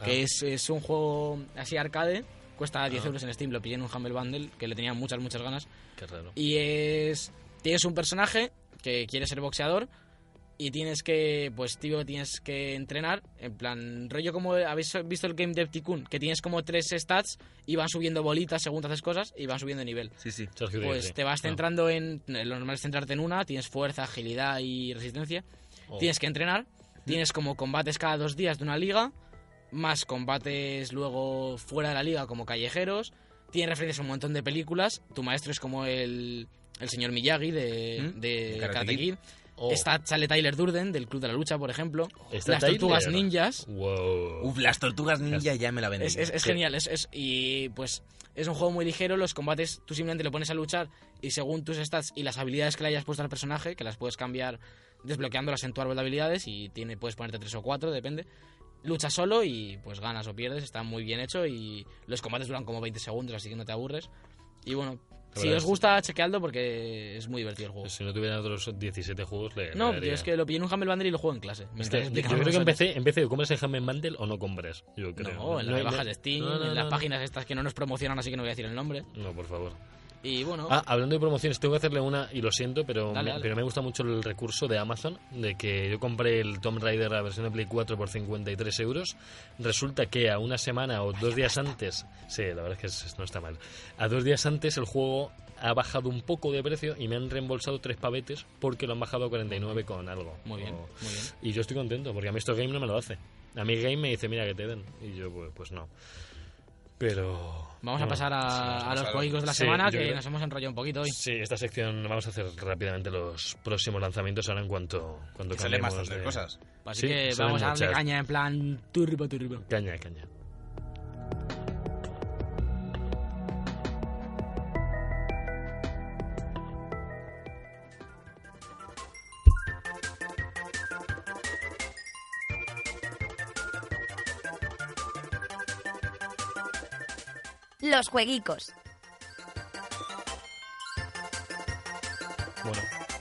Speaker 2: Ah.
Speaker 4: que es, es un juego así arcade, cuesta 10 euros en Steam, lo pillé en un Humble Bundle, que le tenía muchas, muchas ganas.
Speaker 2: Qué raro.
Speaker 4: Y es. Tienes un personaje que quiere ser boxeador. Y tienes que. Pues, tío, tienes que entrenar. En plan, rollo como. ¿Habéis visto el game de Tycoon? Que tienes como tres stats y van subiendo bolitas según te haces cosas y van subiendo de nivel.
Speaker 3: Sí, sí.
Speaker 2: Sergio Díaz,
Speaker 4: Pues
Speaker 2: sí.
Speaker 4: te vas
Speaker 2: Ah.
Speaker 4: centrando en. Lo normal es centrarte en una. Tienes fuerza, agilidad y resistencia.
Speaker 2: Oh.
Speaker 4: Tienes que entrenar. Tienes como combates cada dos días de una liga. Más combates luego fuera de la liga, como callejeros. Tiene referencias a un montón de películas. Tu maestro es como el, el señor Miyagi de,
Speaker 3: ¿Mm?
Speaker 4: de
Speaker 3: De Karate
Speaker 4: Karate Kid.
Speaker 2: Oh.
Speaker 4: Está sale Tyler Durden del Club de la Lucha, por ejemplo.
Speaker 2: Está
Speaker 4: Las
Speaker 2: Tyler.
Speaker 4: tortugas ninjas.
Speaker 2: Wow.
Speaker 3: Uf, las tortugas ninja ya me la vendí.
Speaker 4: Es, es- es
Speaker 2: Sí.
Speaker 4: genial. Es, es- y pues es un juego muy ligero. Los combates tú simplemente lo pones a luchar y según tus stats y las habilidades que le hayas puesto al personaje, que las puedes cambiar desbloqueándolas en tu árbol de habilidades y tiene, puedes ponerte tres o cuatro, depende. Luchas solo y pues ganas o pierdes. Está muy bien hecho y los combates duran como 20 segundos, así que no te aburres. Y bueno,
Speaker 2: La
Speaker 4: si
Speaker 2: verdad
Speaker 4: os
Speaker 2: es-
Speaker 4: gusta, chequeadlo porque es muy divertido el juego.
Speaker 2: Si no tuviera otros 17 juegos, le.
Speaker 4: No,
Speaker 2: le
Speaker 4: yo
Speaker 2: daría.
Speaker 4: es que lo pillé en un Humble Bundle y lo juego en clase. Me
Speaker 2: Este,
Speaker 4: estáis
Speaker 2: yo
Speaker 4: explicando
Speaker 2: creo que
Speaker 4: cosas.
Speaker 2: empecé, empecé o compras en Humble Bundle o no compras. Yo creo.
Speaker 4: No, en las
Speaker 2: hay-
Speaker 4: rebajas de Steam,
Speaker 2: no, no,
Speaker 4: en las
Speaker 2: no,
Speaker 4: páginas estas que no nos promocionan, así que no voy a decir el nombre.
Speaker 2: No, por favor.
Speaker 4: Y bueno,
Speaker 2: Ah, hablando de promociones, tengo que hacerle una, y lo siento, pero,
Speaker 4: Dale,
Speaker 2: me,
Speaker 4: dale.
Speaker 2: pero me gusta mucho el recurso de Amazon, de que yo compré el Tomb Raider, la versión de Play 4, por 53 euros. Resulta que a una semana o dos días antes, sí, la verdad es que es- no está mal, a dos días antes el juego ha bajado un poco de precio y me han reembolsado tres pavetes porque lo han bajado a 49 con algo.
Speaker 4: muy bien,
Speaker 2: O-
Speaker 4: muy bien.
Speaker 2: y yo estoy contento, porque a mí esto Game no me lo hace. A mí Game me dice, mira que te den. Y yo, pues, pues no. Pero...
Speaker 4: Vamos a
Speaker 2: bueno,
Speaker 4: pasar a,
Speaker 3: sí, vamos a
Speaker 4: a los
Speaker 3: pasar-
Speaker 4: juegos de la
Speaker 2: sí,
Speaker 4: semana,
Speaker 2: yo
Speaker 4: que
Speaker 2: creo-
Speaker 4: nos hemos enrollado un poquito hoy.
Speaker 2: Sí, esta sección vamos a hacer rápidamente los próximos lanzamientos ahora en cuanto... cuanto
Speaker 3: Que salen
Speaker 2: cambiemos
Speaker 3: bastantes
Speaker 2: de-
Speaker 3: cosas.
Speaker 4: Así
Speaker 2: sí,
Speaker 4: que
Speaker 2: salen
Speaker 4: vamos a darle
Speaker 2: muchas.
Speaker 4: caña en plan turbo, turbo.
Speaker 2: Caña, caña.
Speaker 1: Los jueguicos.
Speaker 2: Bueno,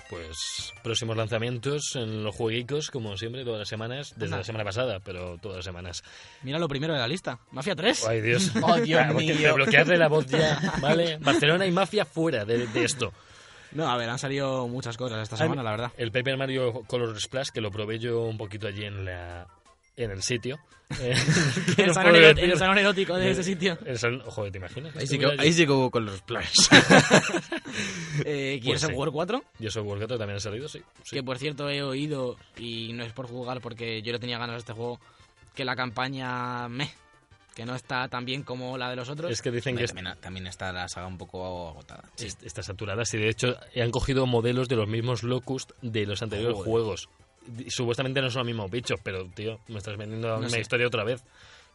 Speaker 2: pues próximos lanzamientos en los jueguicos, como siempre, todas las semanas. Desde
Speaker 4: Anda.
Speaker 2: la semana pasada, pero todas las
Speaker 4: *laughs*
Speaker 2: semanas.
Speaker 4: Mira lo primero de la lista. Mafia 3.
Speaker 2: Ay, Dios.
Speaker 3: Oh, Dios
Speaker 2: Ah, *laughs* porque
Speaker 3: mío.
Speaker 2: Desbloquearle la voz
Speaker 4: *laughs*
Speaker 2: ya, ¿vale? Barcelona y Mafia fuera de- de esto.
Speaker 4: No, a ver, han salido muchas cosas esta semana,
Speaker 2: *laughs*
Speaker 4: la verdad.
Speaker 2: El Paper Mario Color Splash, que lo probé yo un poquito allí en la en el
Speaker 4: *laughs*
Speaker 2: sitio. Eh, que
Speaker 4: El
Speaker 2: no
Speaker 4: salón,
Speaker 2: puedo
Speaker 4: eró-
Speaker 2: decir.
Speaker 4: el salón erótico de
Speaker 2: Eh, *laughs*
Speaker 4: ese sitio.
Speaker 2: el salón- joder, ¿te imaginas?
Speaker 3: Ahí sí, que,
Speaker 2: Estuviera
Speaker 3: ahí
Speaker 2: allí.
Speaker 3: sí que hubo con los planes.
Speaker 4: Eh, ¿Quieres
Speaker 2: pues sí.
Speaker 4: el War 4?
Speaker 2: Yo soy Wargato, también ha salido, sí. sí.
Speaker 4: Que por cierto he oído, y no es por jugar porque yo le tenía ganas a este juego, que la campaña meh, que no está tan bien como la de los otros.
Speaker 2: Es que dicen que
Speaker 3: Hombre,
Speaker 2: es-
Speaker 3: también, también está la saga un poco agotada.
Speaker 2: es- está saturada. Sí, de hecho, han cogido modelos de los mismos Locust de los anteriores
Speaker 3: Joder.
Speaker 2: juegos. Y Supuestamente no son los mismos bichos, pero, tío, me estás vendiendo una
Speaker 4: sé.
Speaker 2: historia otra vez.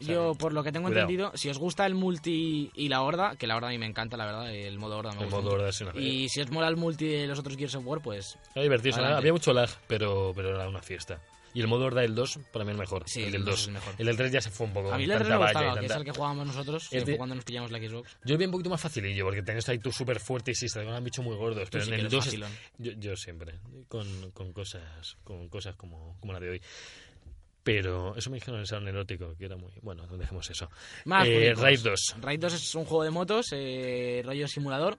Speaker 2: O sea,
Speaker 4: Yo, por lo que tengo
Speaker 2: cuidado.
Speaker 4: entendido, si os gusta el multi y la horda, que la horda a mí me encanta, la verdad, el modo horda me
Speaker 2: El
Speaker 4: gusta.
Speaker 2: modo
Speaker 4: mucho.
Speaker 2: horda es una
Speaker 4: Y si os mola el multi de los otros Gears of War, pues
Speaker 2: Era divertido,
Speaker 4: Adelante.
Speaker 2: había mucho lag, pero, pero era una fiesta. Y el modo Horda del 2, para mí el mejor.
Speaker 4: Sí,
Speaker 2: el
Speaker 4: el
Speaker 2: del
Speaker 4: 2 es
Speaker 2: 2.
Speaker 4: el mejor.
Speaker 2: El del 3 ya se fue un poco.
Speaker 4: a mí
Speaker 2: con
Speaker 4: el
Speaker 2: tanta
Speaker 4: me
Speaker 2: valla y
Speaker 4: gustaba, que es
Speaker 2: tanta-
Speaker 4: el que jugábamos nosotros, que
Speaker 2: Es
Speaker 4: fue
Speaker 2: de-
Speaker 4: cuando nos pillamos la Xbox.
Speaker 2: Yo vi un poquito más facilillo, porque tenías ahí tu súper fuerte y sí, te un bicho muy gordo. Pero
Speaker 4: sí
Speaker 2: en el
Speaker 4: que eres
Speaker 2: 2 es-
Speaker 4: facilón.
Speaker 2: yo, yo siempre, con, con cosas, con cosas como, como la de hoy. Pero eso me dijeron en el salón erótico, que era muy... Bueno, no dejemos eso.
Speaker 4: Más
Speaker 2: eh,
Speaker 4: juegos.
Speaker 2: Raid 2.
Speaker 4: Raid 2 es un juego de motos, eh, rollo simulador.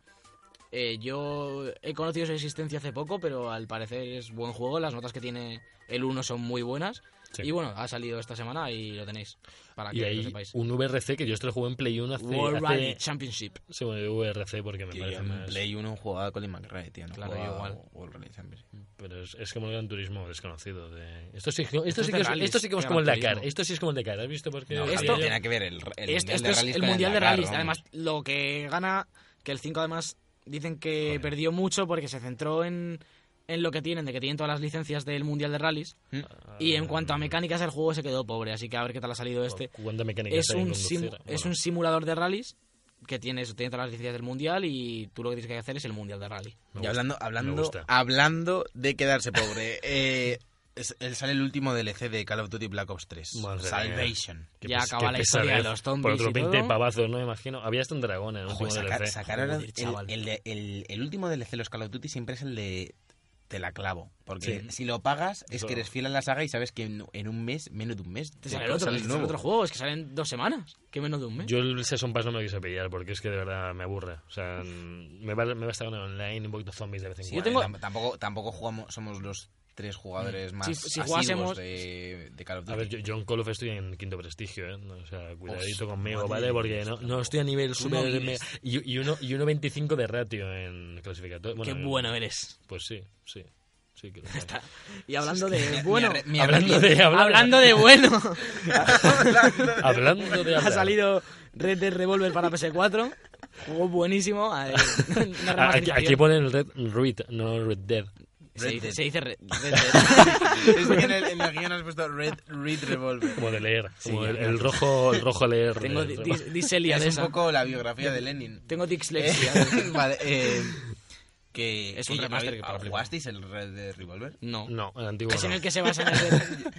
Speaker 4: Eh, yo he conocido su existencia hace poco, pero al parecer es buen juego. Las notas que tiene el 1 son muy buenas.
Speaker 2: Sí.
Speaker 4: Y bueno, ha salido esta semana y lo tenéis para Ah, que
Speaker 2: Y
Speaker 4: lo
Speaker 2: ahí
Speaker 4: sepáis.
Speaker 2: un VRC, que yo este lo jugué en Play 1 hace...
Speaker 4: World
Speaker 2: hace-
Speaker 4: Rally Championship.
Speaker 2: Sí, bueno, VRC porque me
Speaker 3: Tío, yo
Speaker 2: parece
Speaker 3: en
Speaker 2: más...
Speaker 3: Play 1 jugaba a Colin McRae, tío. No
Speaker 4: Claro,
Speaker 3: jugaba
Speaker 4: yo igual.
Speaker 3: a World Rally Champions.
Speaker 2: Pero es, es como el Gran Turismo desconocido. De... Esto sí, esto
Speaker 4: Esto es
Speaker 2: sí
Speaker 4: de
Speaker 2: que es,
Speaker 4: rallies,
Speaker 2: esto sí que es
Speaker 4: Gran
Speaker 2: como el Dakar.
Speaker 4: Turismo.
Speaker 2: Esto sí es como el Dakar. ¿Has visto por qué?
Speaker 3: No,
Speaker 4: Esto-
Speaker 3: Javier, tiene que ver el, el
Speaker 4: Esto,
Speaker 3: Mundial
Speaker 4: esto
Speaker 3: de
Speaker 4: Este- es
Speaker 3: Rallys
Speaker 4: el
Speaker 3: con
Speaker 4: Mundial de
Speaker 3: Dakar,
Speaker 4: Rallys.
Speaker 3: vamos.
Speaker 4: Además, lo que gana, que el 5 además dicen que
Speaker 2: Joder.
Speaker 4: perdió mucho porque se centró en, en lo que tienen, de que tienen todas las licencias del Mundial de Rallys.
Speaker 3: ¿Mm?
Speaker 4: Y en cuanto a mecánicas, el juego se quedó pobre, así que a ver qué tal ha salido este.
Speaker 2: ¿Cuánta mecánica
Speaker 4: Es
Speaker 2: hay en
Speaker 4: un,
Speaker 2: conducir?
Speaker 4: sim-
Speaker 2: Bueno,
Speaker 4: es un simulador de rallies que tiene, eso, tiene todas las licencias del Mundial y tú lo que tienes que hacer es el Mundial de Rally.
Speaker 2: me
Speaker 3: Y
Speaker 2: gusta.
Speaker 3: hablando,
Speaker 2: Me
Speaker 3: hablando,
Speaker 2: gusta.
Speaker 3: hablando de quedarse pobre, eh, es- el- sale el último DLC de Call of Duty Black Ops 3.
Speaker 2: Madre mía.
Speaker 3: Salvation.
Speaker 2: Qué
Speaker 4: Ya
Speaker 2: pes-
Speaker 4: acaba
Speaker 2: qué
Speaker 4: la historia de
Speaker 2: pesadez.
Speaker 4: los zombies
Speaker 2: Por otros
Speaker 4: y
Speaker 2: 20
Speaker 4: todo.
Speaker 2: pavazos, no me imagino. Había hasta un dragón en el
Speaker 3: Joder,
Speaker 2: último
Speaker 3: saca-
Speaker 2: DLC.
Speaker 3: sacaron
Speaker 4: Joder,
Speaker 3: el-
Speaker 4: chaval.
Speaker 3: el, de- el- el último DLC de los Call of Duty siempre es el de te la clavo. Porque
Speaker 2: Sí.
Speaker 3: si lo pagas es
Speaker 2: Eso-
Speaker 3: que eres fiel a la saga y sabes que en, en un mes, menos de un mes,
Speaker 4: Te Este sale el otro, te sale
Speaker 3: nuevo.
Speaker 4: otro juego, es que salen dos semanas, que menos de un mes.
Speaker 2: Yo el Season Pass no me lo quise pillar porque es que de verdad me aburre. O sea, mm, me, va, me basta con el online y un poquito zombies de vez en
Speaker 4: Sí, yo
Speaker 2: cuando.
Speaker 4: tengo-
Speaker 3: Tam- Tampoco, tampoco jugamos, somos los tres
Speaker 2: Mm.
Speaker 3: jugadores más
Speaker 4: Si- si
Speaker 3: asiduos
Speaker 4: jugásemos-
Speaker 3: de, de Call of Duty.
Speaker 2: A ver, yo, yo en Call of estoy en quinto prestigio, ¿eh? No, O sea, cuidadito
Speaker 3: Hostia,
Speaker 2: conmigo, ¿vale?
Speaker 3: madre mía,
Speaker 2: Porque no, no estoy a nivel
Speaker 3: Tú
Speaker 2: super...
Speaker 3: no
Speaker 2: me-
Speaker 3: vives.
Speaker 2: y, y, uno, y uno 25 de ratio en clasificatorio. Bueno,
Speaker 4: Qué
Speaker 2: en-
Speaker 4: bueno eh. eres.
Speaker 2: Pues sí, sí. sí
Speaker 4: *laughs*
Speaker 2: que lo
Speaker 4: Y hablando
Speaker 3: Me-
Speaker 4: de
Speaker 3: me
Speaker 4: bueno,
Speaker 3: arre- me
Speaker 2: hablando
Speaker 3: arrepiento.
Speaker 2: de... Hablando,
Speaker 4: hablando de bueno, *laughs*
Speaker 2: hablando de...
Speaker 4: ha
Speaker 2: hablar.
Speaker 4: salido Red Dead Revolver para PS4, juego buenísimo. a ver, *laughs* una
Speaker 2: Ah, Aquí,
Speaker 4: remasterización.
Speaker 2: aquí ponen el Red Red, no Red Dead.
Speaker 4: se,
Speaker 3: Red Dead.
Speaker 4: dice- se dice Red,
Speaker 2: *laughs*
Speaker 4: Red Dead.
Speaker 3: *laughs* Es que en el, en el guión has puesto Red, Red Revolver.
Speaker 2: Como de leer. Como
Speaker 3: ya,
Speaker 2: el,
Speaker 3: ya.
Speaker 2: el rojo, el rojo leer.
Speaker 4: Tengo
Speaker 2: el
Speaker 4: di-
Speaker 2: rojo.
Speaker 4: dis- diselia de
Speaker 3: Es
Speaker 4: esa.
Speaker 3: un poco la biografía de Lenin.
Speaker 4: Tengo
Speaker 3: *laughs* Eh,
Speaker 4: dislexia.
Speaker 3: vale, eh, que,
Speaker 4: Es un
Speaker 3: que-
Speaker 4: remaster que
Speaker 3: ¿ah,
Speaker 4: para Play.
Speaker 3: ¿Jugasteis el Red Dead Revolver?
Speaker 4: No.
Speaker 2: No, el antiguo.
Speaker 4: Es en
Speaker 2: no.
Speaker 4: el que se basa en el del-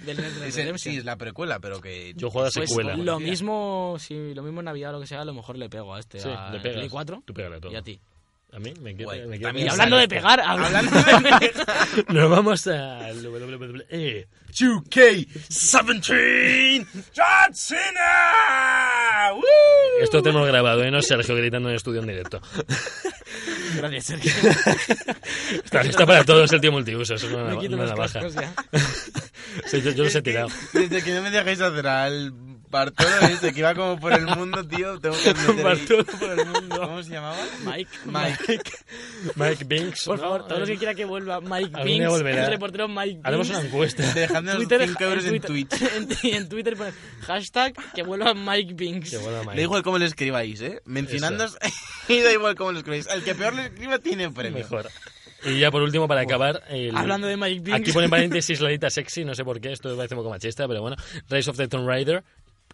Speaker 4: del Red Dead
Speaker 3: Es el-
Speaker 4: Redemption.
Speaker 3: sí, es la precuela, pero que...
Speaker 2: Yo juego la
Speaker 4: Pues
Speaker 2: secuela.
Speaker 4: lo mismo, si lo mismo en Navidad o lo que sea, a lo mejor le pego a este,
Speaker 2: Sí,
Speaker 4: a
Speaker 2: le pegas.
Speaker 4: Play 4
Speaker 2: Tú pégale a todo.
Speaker 4: y a ti.
Speaker 2: A mí me queda.
Speaker 3: Guay.
Speaker 2: Me queda-
Speaker 3: También
Speaker 4: Y
Speaker 3: Sale.
Speaker 4: hablando de
Speaker 3: *laughs*
Speaker 4: pegar, hablando
Speaker 2: *laughs* Nos vamos al WWE.
Speaker 3: 2K17 John Cena. ¡Woo!
Speaker 2: Esto tenemos grabado, ¿eh? No Sergio gritando en el estudio en directo.
Speaker 4: *laughs* Gracias,
Speaker 2: *laughs*
Speaker 4: Sergio.
Speaker 2: Está lista para todos el tío multiuso, eso es una,
Speaker 4: Me quito
Speaker 2: una
Speaker 4: los
Speaker 2: navaja.
Speaker 4: cascos ya.
Speaker 2: *laughs* Sí, yo, yo los he tirado.
Speaker 3: Desde que no me dejáis hacer al Bartolo ese que iba como por el mundo, tío, tengo
Speaker 4: *laughs*
Speaker 3: que admitir ahí.
Speaker 2: Bartolo.
Speaker 4: Por el mundo.
Speaker 3: ¿Cómo se llamaba?
Speaker 4: Mike.
Speaker 3: Mike.
Speaker 2: Mike Binks.
Speaker 4: Por
Speaker 2: ¿no?
Speaker 4: favor, todos los que quieran que vuelva Mike
Speaker 2: día
Speaker 4: Binks,
Speaker 2: volverá.
Speaker 4: el reportero Mike Binks.
Speaker 2: Haremos una
Speaker 4: *laughs*
Speaker 2: encuesta.
Speaker 3: Dejadnos
Speaker 4: Twitter,
Speaker 3: 5 euros en Twitch.
Speaker 4: *laughs* en, en Twitter ponen hashtag que vuelva Mike Binks.
Speaker 2: Qué buena, Mike.
Speaker 3: Da igual cómo lo escribáis, ¿eh? Mencionándos, *laughs* y da igual cómo lo escribáis. El que peor lo escriba tiene premio.
Speaker 2: Mejor. Y ya por último, para acabar. el-
Speaker 4: Hablando de Mike Binks.
Speaker 2: Aquí pone en paréntesis la edita sexy, no sé por qué, esto parece un poco machista, pero bueno. Rise of the Tomb Raider,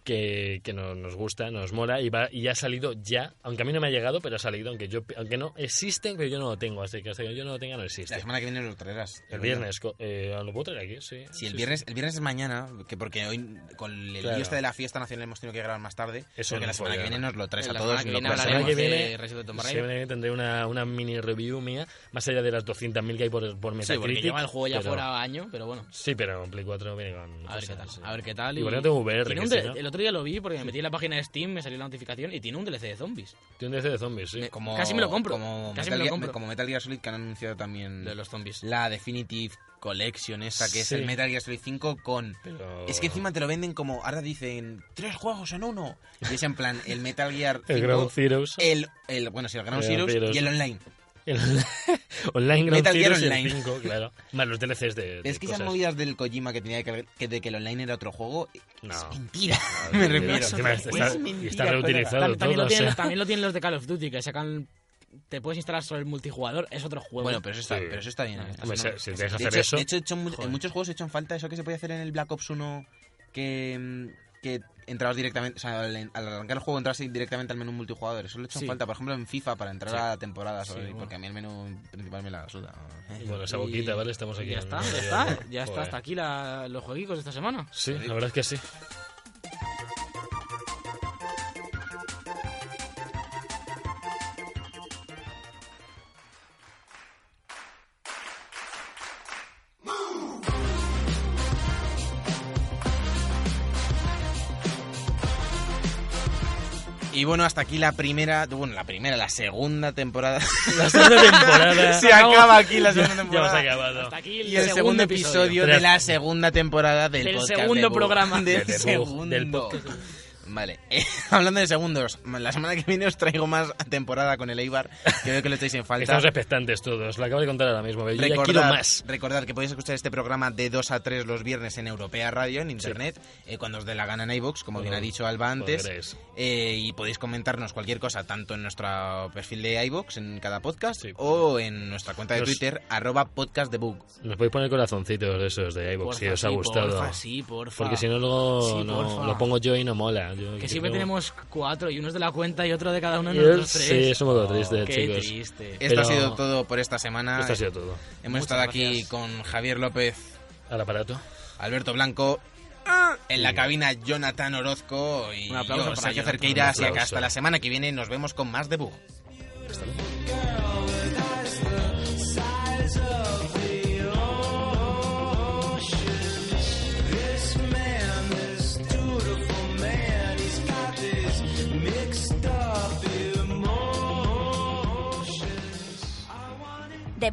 Speaker 2: que, que no- nos gusta, nos mola y, va, y ha salido ya. Aunque a mí no me ha llegado, pero ha salido. Aunque, yo, aunque no existe, pero yo no lo tengo. Así que hasta que yo no lo tenga, no
Speaker 3: La
Speaker 2: existe.
Speaker 3: semana que viene lo traerás.
Speaker 2: El viernes, co- eh, ¿lo puedo traer aquí? Sí.
Speaker 3: Sí, el viernes, el viernes es mañana, que porque hoy con el
Speaker 2: Claro.
Speaker 3: lío este de la fiesta nacional hemos tenido que grabar más tarde.
Speaker 2: Eso
Speaker 3: porque
Speaker 2: no
Speaker 3: la semana
Speaker 2: podía,
Speaker 3: que viene
Speaker 2: ¿no?
Speaker 3: nos lo traes a
Speaker 4: La
Speaker 3: todos.
Speaker 4: semana que
Speaker 3: y lo
Speaker 4: viene
Speaker 2: La
Speaker 3: probamos.
Speaker 2: semana que
Speaker 4: Hablaremos
Speaker 2: viene,
Speaker 4: de Rise of the Tomb
Speaker 2: sí,
Speaker 4: Raider.
Speaker 2: viene- tendré una, una mini review mía, más allá de las 200.000 que hay por, por
Speaker 4: Sí,
Speaker 2: Metacritic.
Speaker 4: porque lleva el juego ya
Speaker 2: pero-
Speaker 4: fuera año, pero bueno.
Speaker 2: Sí, pero en Play 4 viene con...
Speaker 4: A ver
Speaker 2: cosas,
Speaker 4: qué tal.
Speaker 2: sí.
Speaker 4: A ver qué tal.
Speaker 2: Igual no tengo VR,
Speaker 4: tiene
Speaker 2: que
Speaker 4: un
Speaker 2: sí,
Speaker 4: DL-
Speaker 2: ¿no?
Speaker 4: El otro día lo vi porque me metí en la página de Steam, me salió la notificación y tiene un DLC de zombies.
Speaker 2: Tiene un DC de zombies, sí.
Speaker 3: eh, Como,
Speaker 4: Casi me lo compro,
Speaker 3: Como,
Speaker 4: casi
Speaker 3: Metal
Speaker 4: me lo
Speaker 3: Gear-
Speaker 4: compro.
Speaker 3: como Metal Gear Solid que han anunciado
Speaker 2: Mm.
Speaker 3: también
Speaker 4: De los zombies.
Speaker 3: la Definitive Collection esa que es
Speaker 2: Sí. Oh.
Speaker 3: el Metal Gear Solid 5 con...
Speaker 2: Pero-
Speaker 3: Es que encima te lo venden como, ahora dicen, tres juegos en uno. Y es en plan, el Metal Gear 5,
Speaker 2: *laughs* El Ground Zeroes.
Speaker 3: el, el- bueno, sí, el Ground
Speaker 2: El Ground
Speaker 3: Zeroes
Speaker 2: Zeroes.
Speaker 3: y el online.
Speaker 2: El- *laughs* online Ground
Speaker 3: Metal Gear
Speaker 2: Zeroes y el
Speaker 3: Online.
Speaker 2: 5, claro. Más los DLCs de, de
Speaker 3: Es que esas
Speaker 2: cosas.
Speaker 3: movidas del Kojima que tenía que, que de que el online era otro juego,
Speaker 2: No.
Speaker 3: es mentira.
Speaker 2: No,
Speaker 3: me
Speaker 2: no,
Speaker 3: refiero.
Speaker 2: no, encima está-
Speaker 3: Es
Speaker 2: y
Speaker 3: mentira,
Speaker 2: está
Speaker 3: pero-
Speaker 2: reutilizado.
Speaker 4: Tam- también,
Speaker 2: todo,
Speaker 4: lo tienen,
Speaker 2: o sea.
Speaker 4: también lo tienen los de Call of Duty, que sacan... Te puedes instalar solo el multijugador, es otro juego.
Speaker 3: Bueno, pero eso está,
Speaker 2: Sí.
Speaker 3: pero eso está bien.
Speaker 2: *laughs*
Speaker 4: Hombre,
Speaker 3: Eso
Speaker 2: si-
Speaker 3: no-
Speaker 2: si te dejas hacer
Speaker 3: de
Speaker 2: eso-
Speaker 3: hecho, de hecho, he hecho mu-
Speaker 4: Joder.
Speaker 3: en muchos juegos he hecho en falta eso que se podía hacer en el Black Ops 1, que, mm, que entrabas directamente, o sea, al, al arrancar el juego entras directamente al menú multijugador. Eso lo he hecho
Speaker 4: Sí.
Speaker 3: en falta, por ejemplo, en FIFA para entrar a temporadas,
Speaker 4: Sí,
Speaker 3: o-
Speaker 4: bueno.
Speaker 3: porque a mí el menú principal me la suda.
Speaker 2: Y Bueno, esa boquita, ¿vale? Estamos aquí.
Speaker 4: Ya
Speaker 2: en-
Speaker 4: está, ya está. Ya está,
Speaker 2: Joder.
Speaker 4: hasta aquí la- los jueguicos de esta semana.
Speaker 2: Sí, la verdad es que sí.
Speaker 3: Y bueno, hasta aquí la primera, bueno, la primera, la segunda temporada.
Speaker 2: La segunda temporada.
Speaker 3: *laughs* se acaba aquí la segunda
Speaker 2: *laughs* Ya hemos
Speaker 3: temporada.
Speaker 2: acabado.
Speaker 4: Hasta aquí el,
Speaker 3: y el segundo, episodio de la segunda temporada del,
Speaker 4: Del
Speaker 3: podcast
Speaker 4: segundo
Speaker 3: de Bug.
Speaker 4: programa.
Speaker 3: Del,
Speaker 2: Del
Speaker 3: segundo.
Speaker 2: Bug, del podcast
Speaker 3: Vale, eh, *laughs* hablando de segundos, la semana que viene os traigo más temporada con el Eibar, que veo que lo estáis en falta.
Speaker 2: Estamos expectantes todos. Lo acabo de contar ahora mismo. Yo ya quiero
Speaker 3: Recordad,
Speaker 2: más.
Speaker 3: recordad que podéis escuchar este programa de 2 a 3 los viernes en Europea Radio, en internet, eh, cuando os dé la gana en iVoox, como bien
Speaker 2: Cuando
Speaker 3: ha dicho Alba antes.
Speaker 2: queráis.
Speaker 3: Eh, y podéis comentarnos cualquier cosa, tanto en nuestro perfil de iVoox, en cada podcast,
Speaker 2: Sí.
Speaker 3: o en nuestra cuenta de
Speaker 2: Los-
Speaker 3: Twitter, arroba podcastdebug.
Speaker 2: Nos podéis poner corazoncitos de esos de iVooks si os ha gustado.
Speaker 4: Porfa, sí, porfa.
Speaker 2: Porque si no, luego
Speaker 4: Sí,
Speaker 2: no-
Speaker 4: porfa.
Speaker 2: lo pongo yo y no mola. Yo
Speaker 4: Que
Speaker 2: quiero-
Speaker 4: siempre tenemos cuatro, y uno es de la cuenta y otro de cada uno de nosotros tres. Oh,
Speaker 2: Sí, es un poco triste,
Speaker 4: Qué
Speaker 2: chicos.
Speaker 4: triste.
Speaker 3: Esto
Speaker 2: Pero-
Speaker 3: ha sido todo por esta semana.
Speaker 2: Esto ha sido todo.
Speaker 3: Hemos
Speaker 4: Muchas
Speaker 3: estado aquí
Speaker 4: gracias.
Speaker 3: con Javier López,
Speaker 2: Al aparato.
Speaker 3: Alberto Blanco, en la cabina Jonathan Orozco y
Speaker 4: Un aplauso
Speaker 3: yo,
Speaker 4: para
Speaker 3: Sergio
Speaker 4: Jonathan.
Speaker 3: Cerqueira. Así
Speaker 2: Un
Speaker 3: que
Speaker 2: aplauso.
Speaker 3: hasta la semana que viene nos vemos con más debug.
Speaker 2: Hasta luego.
Speaker 1: The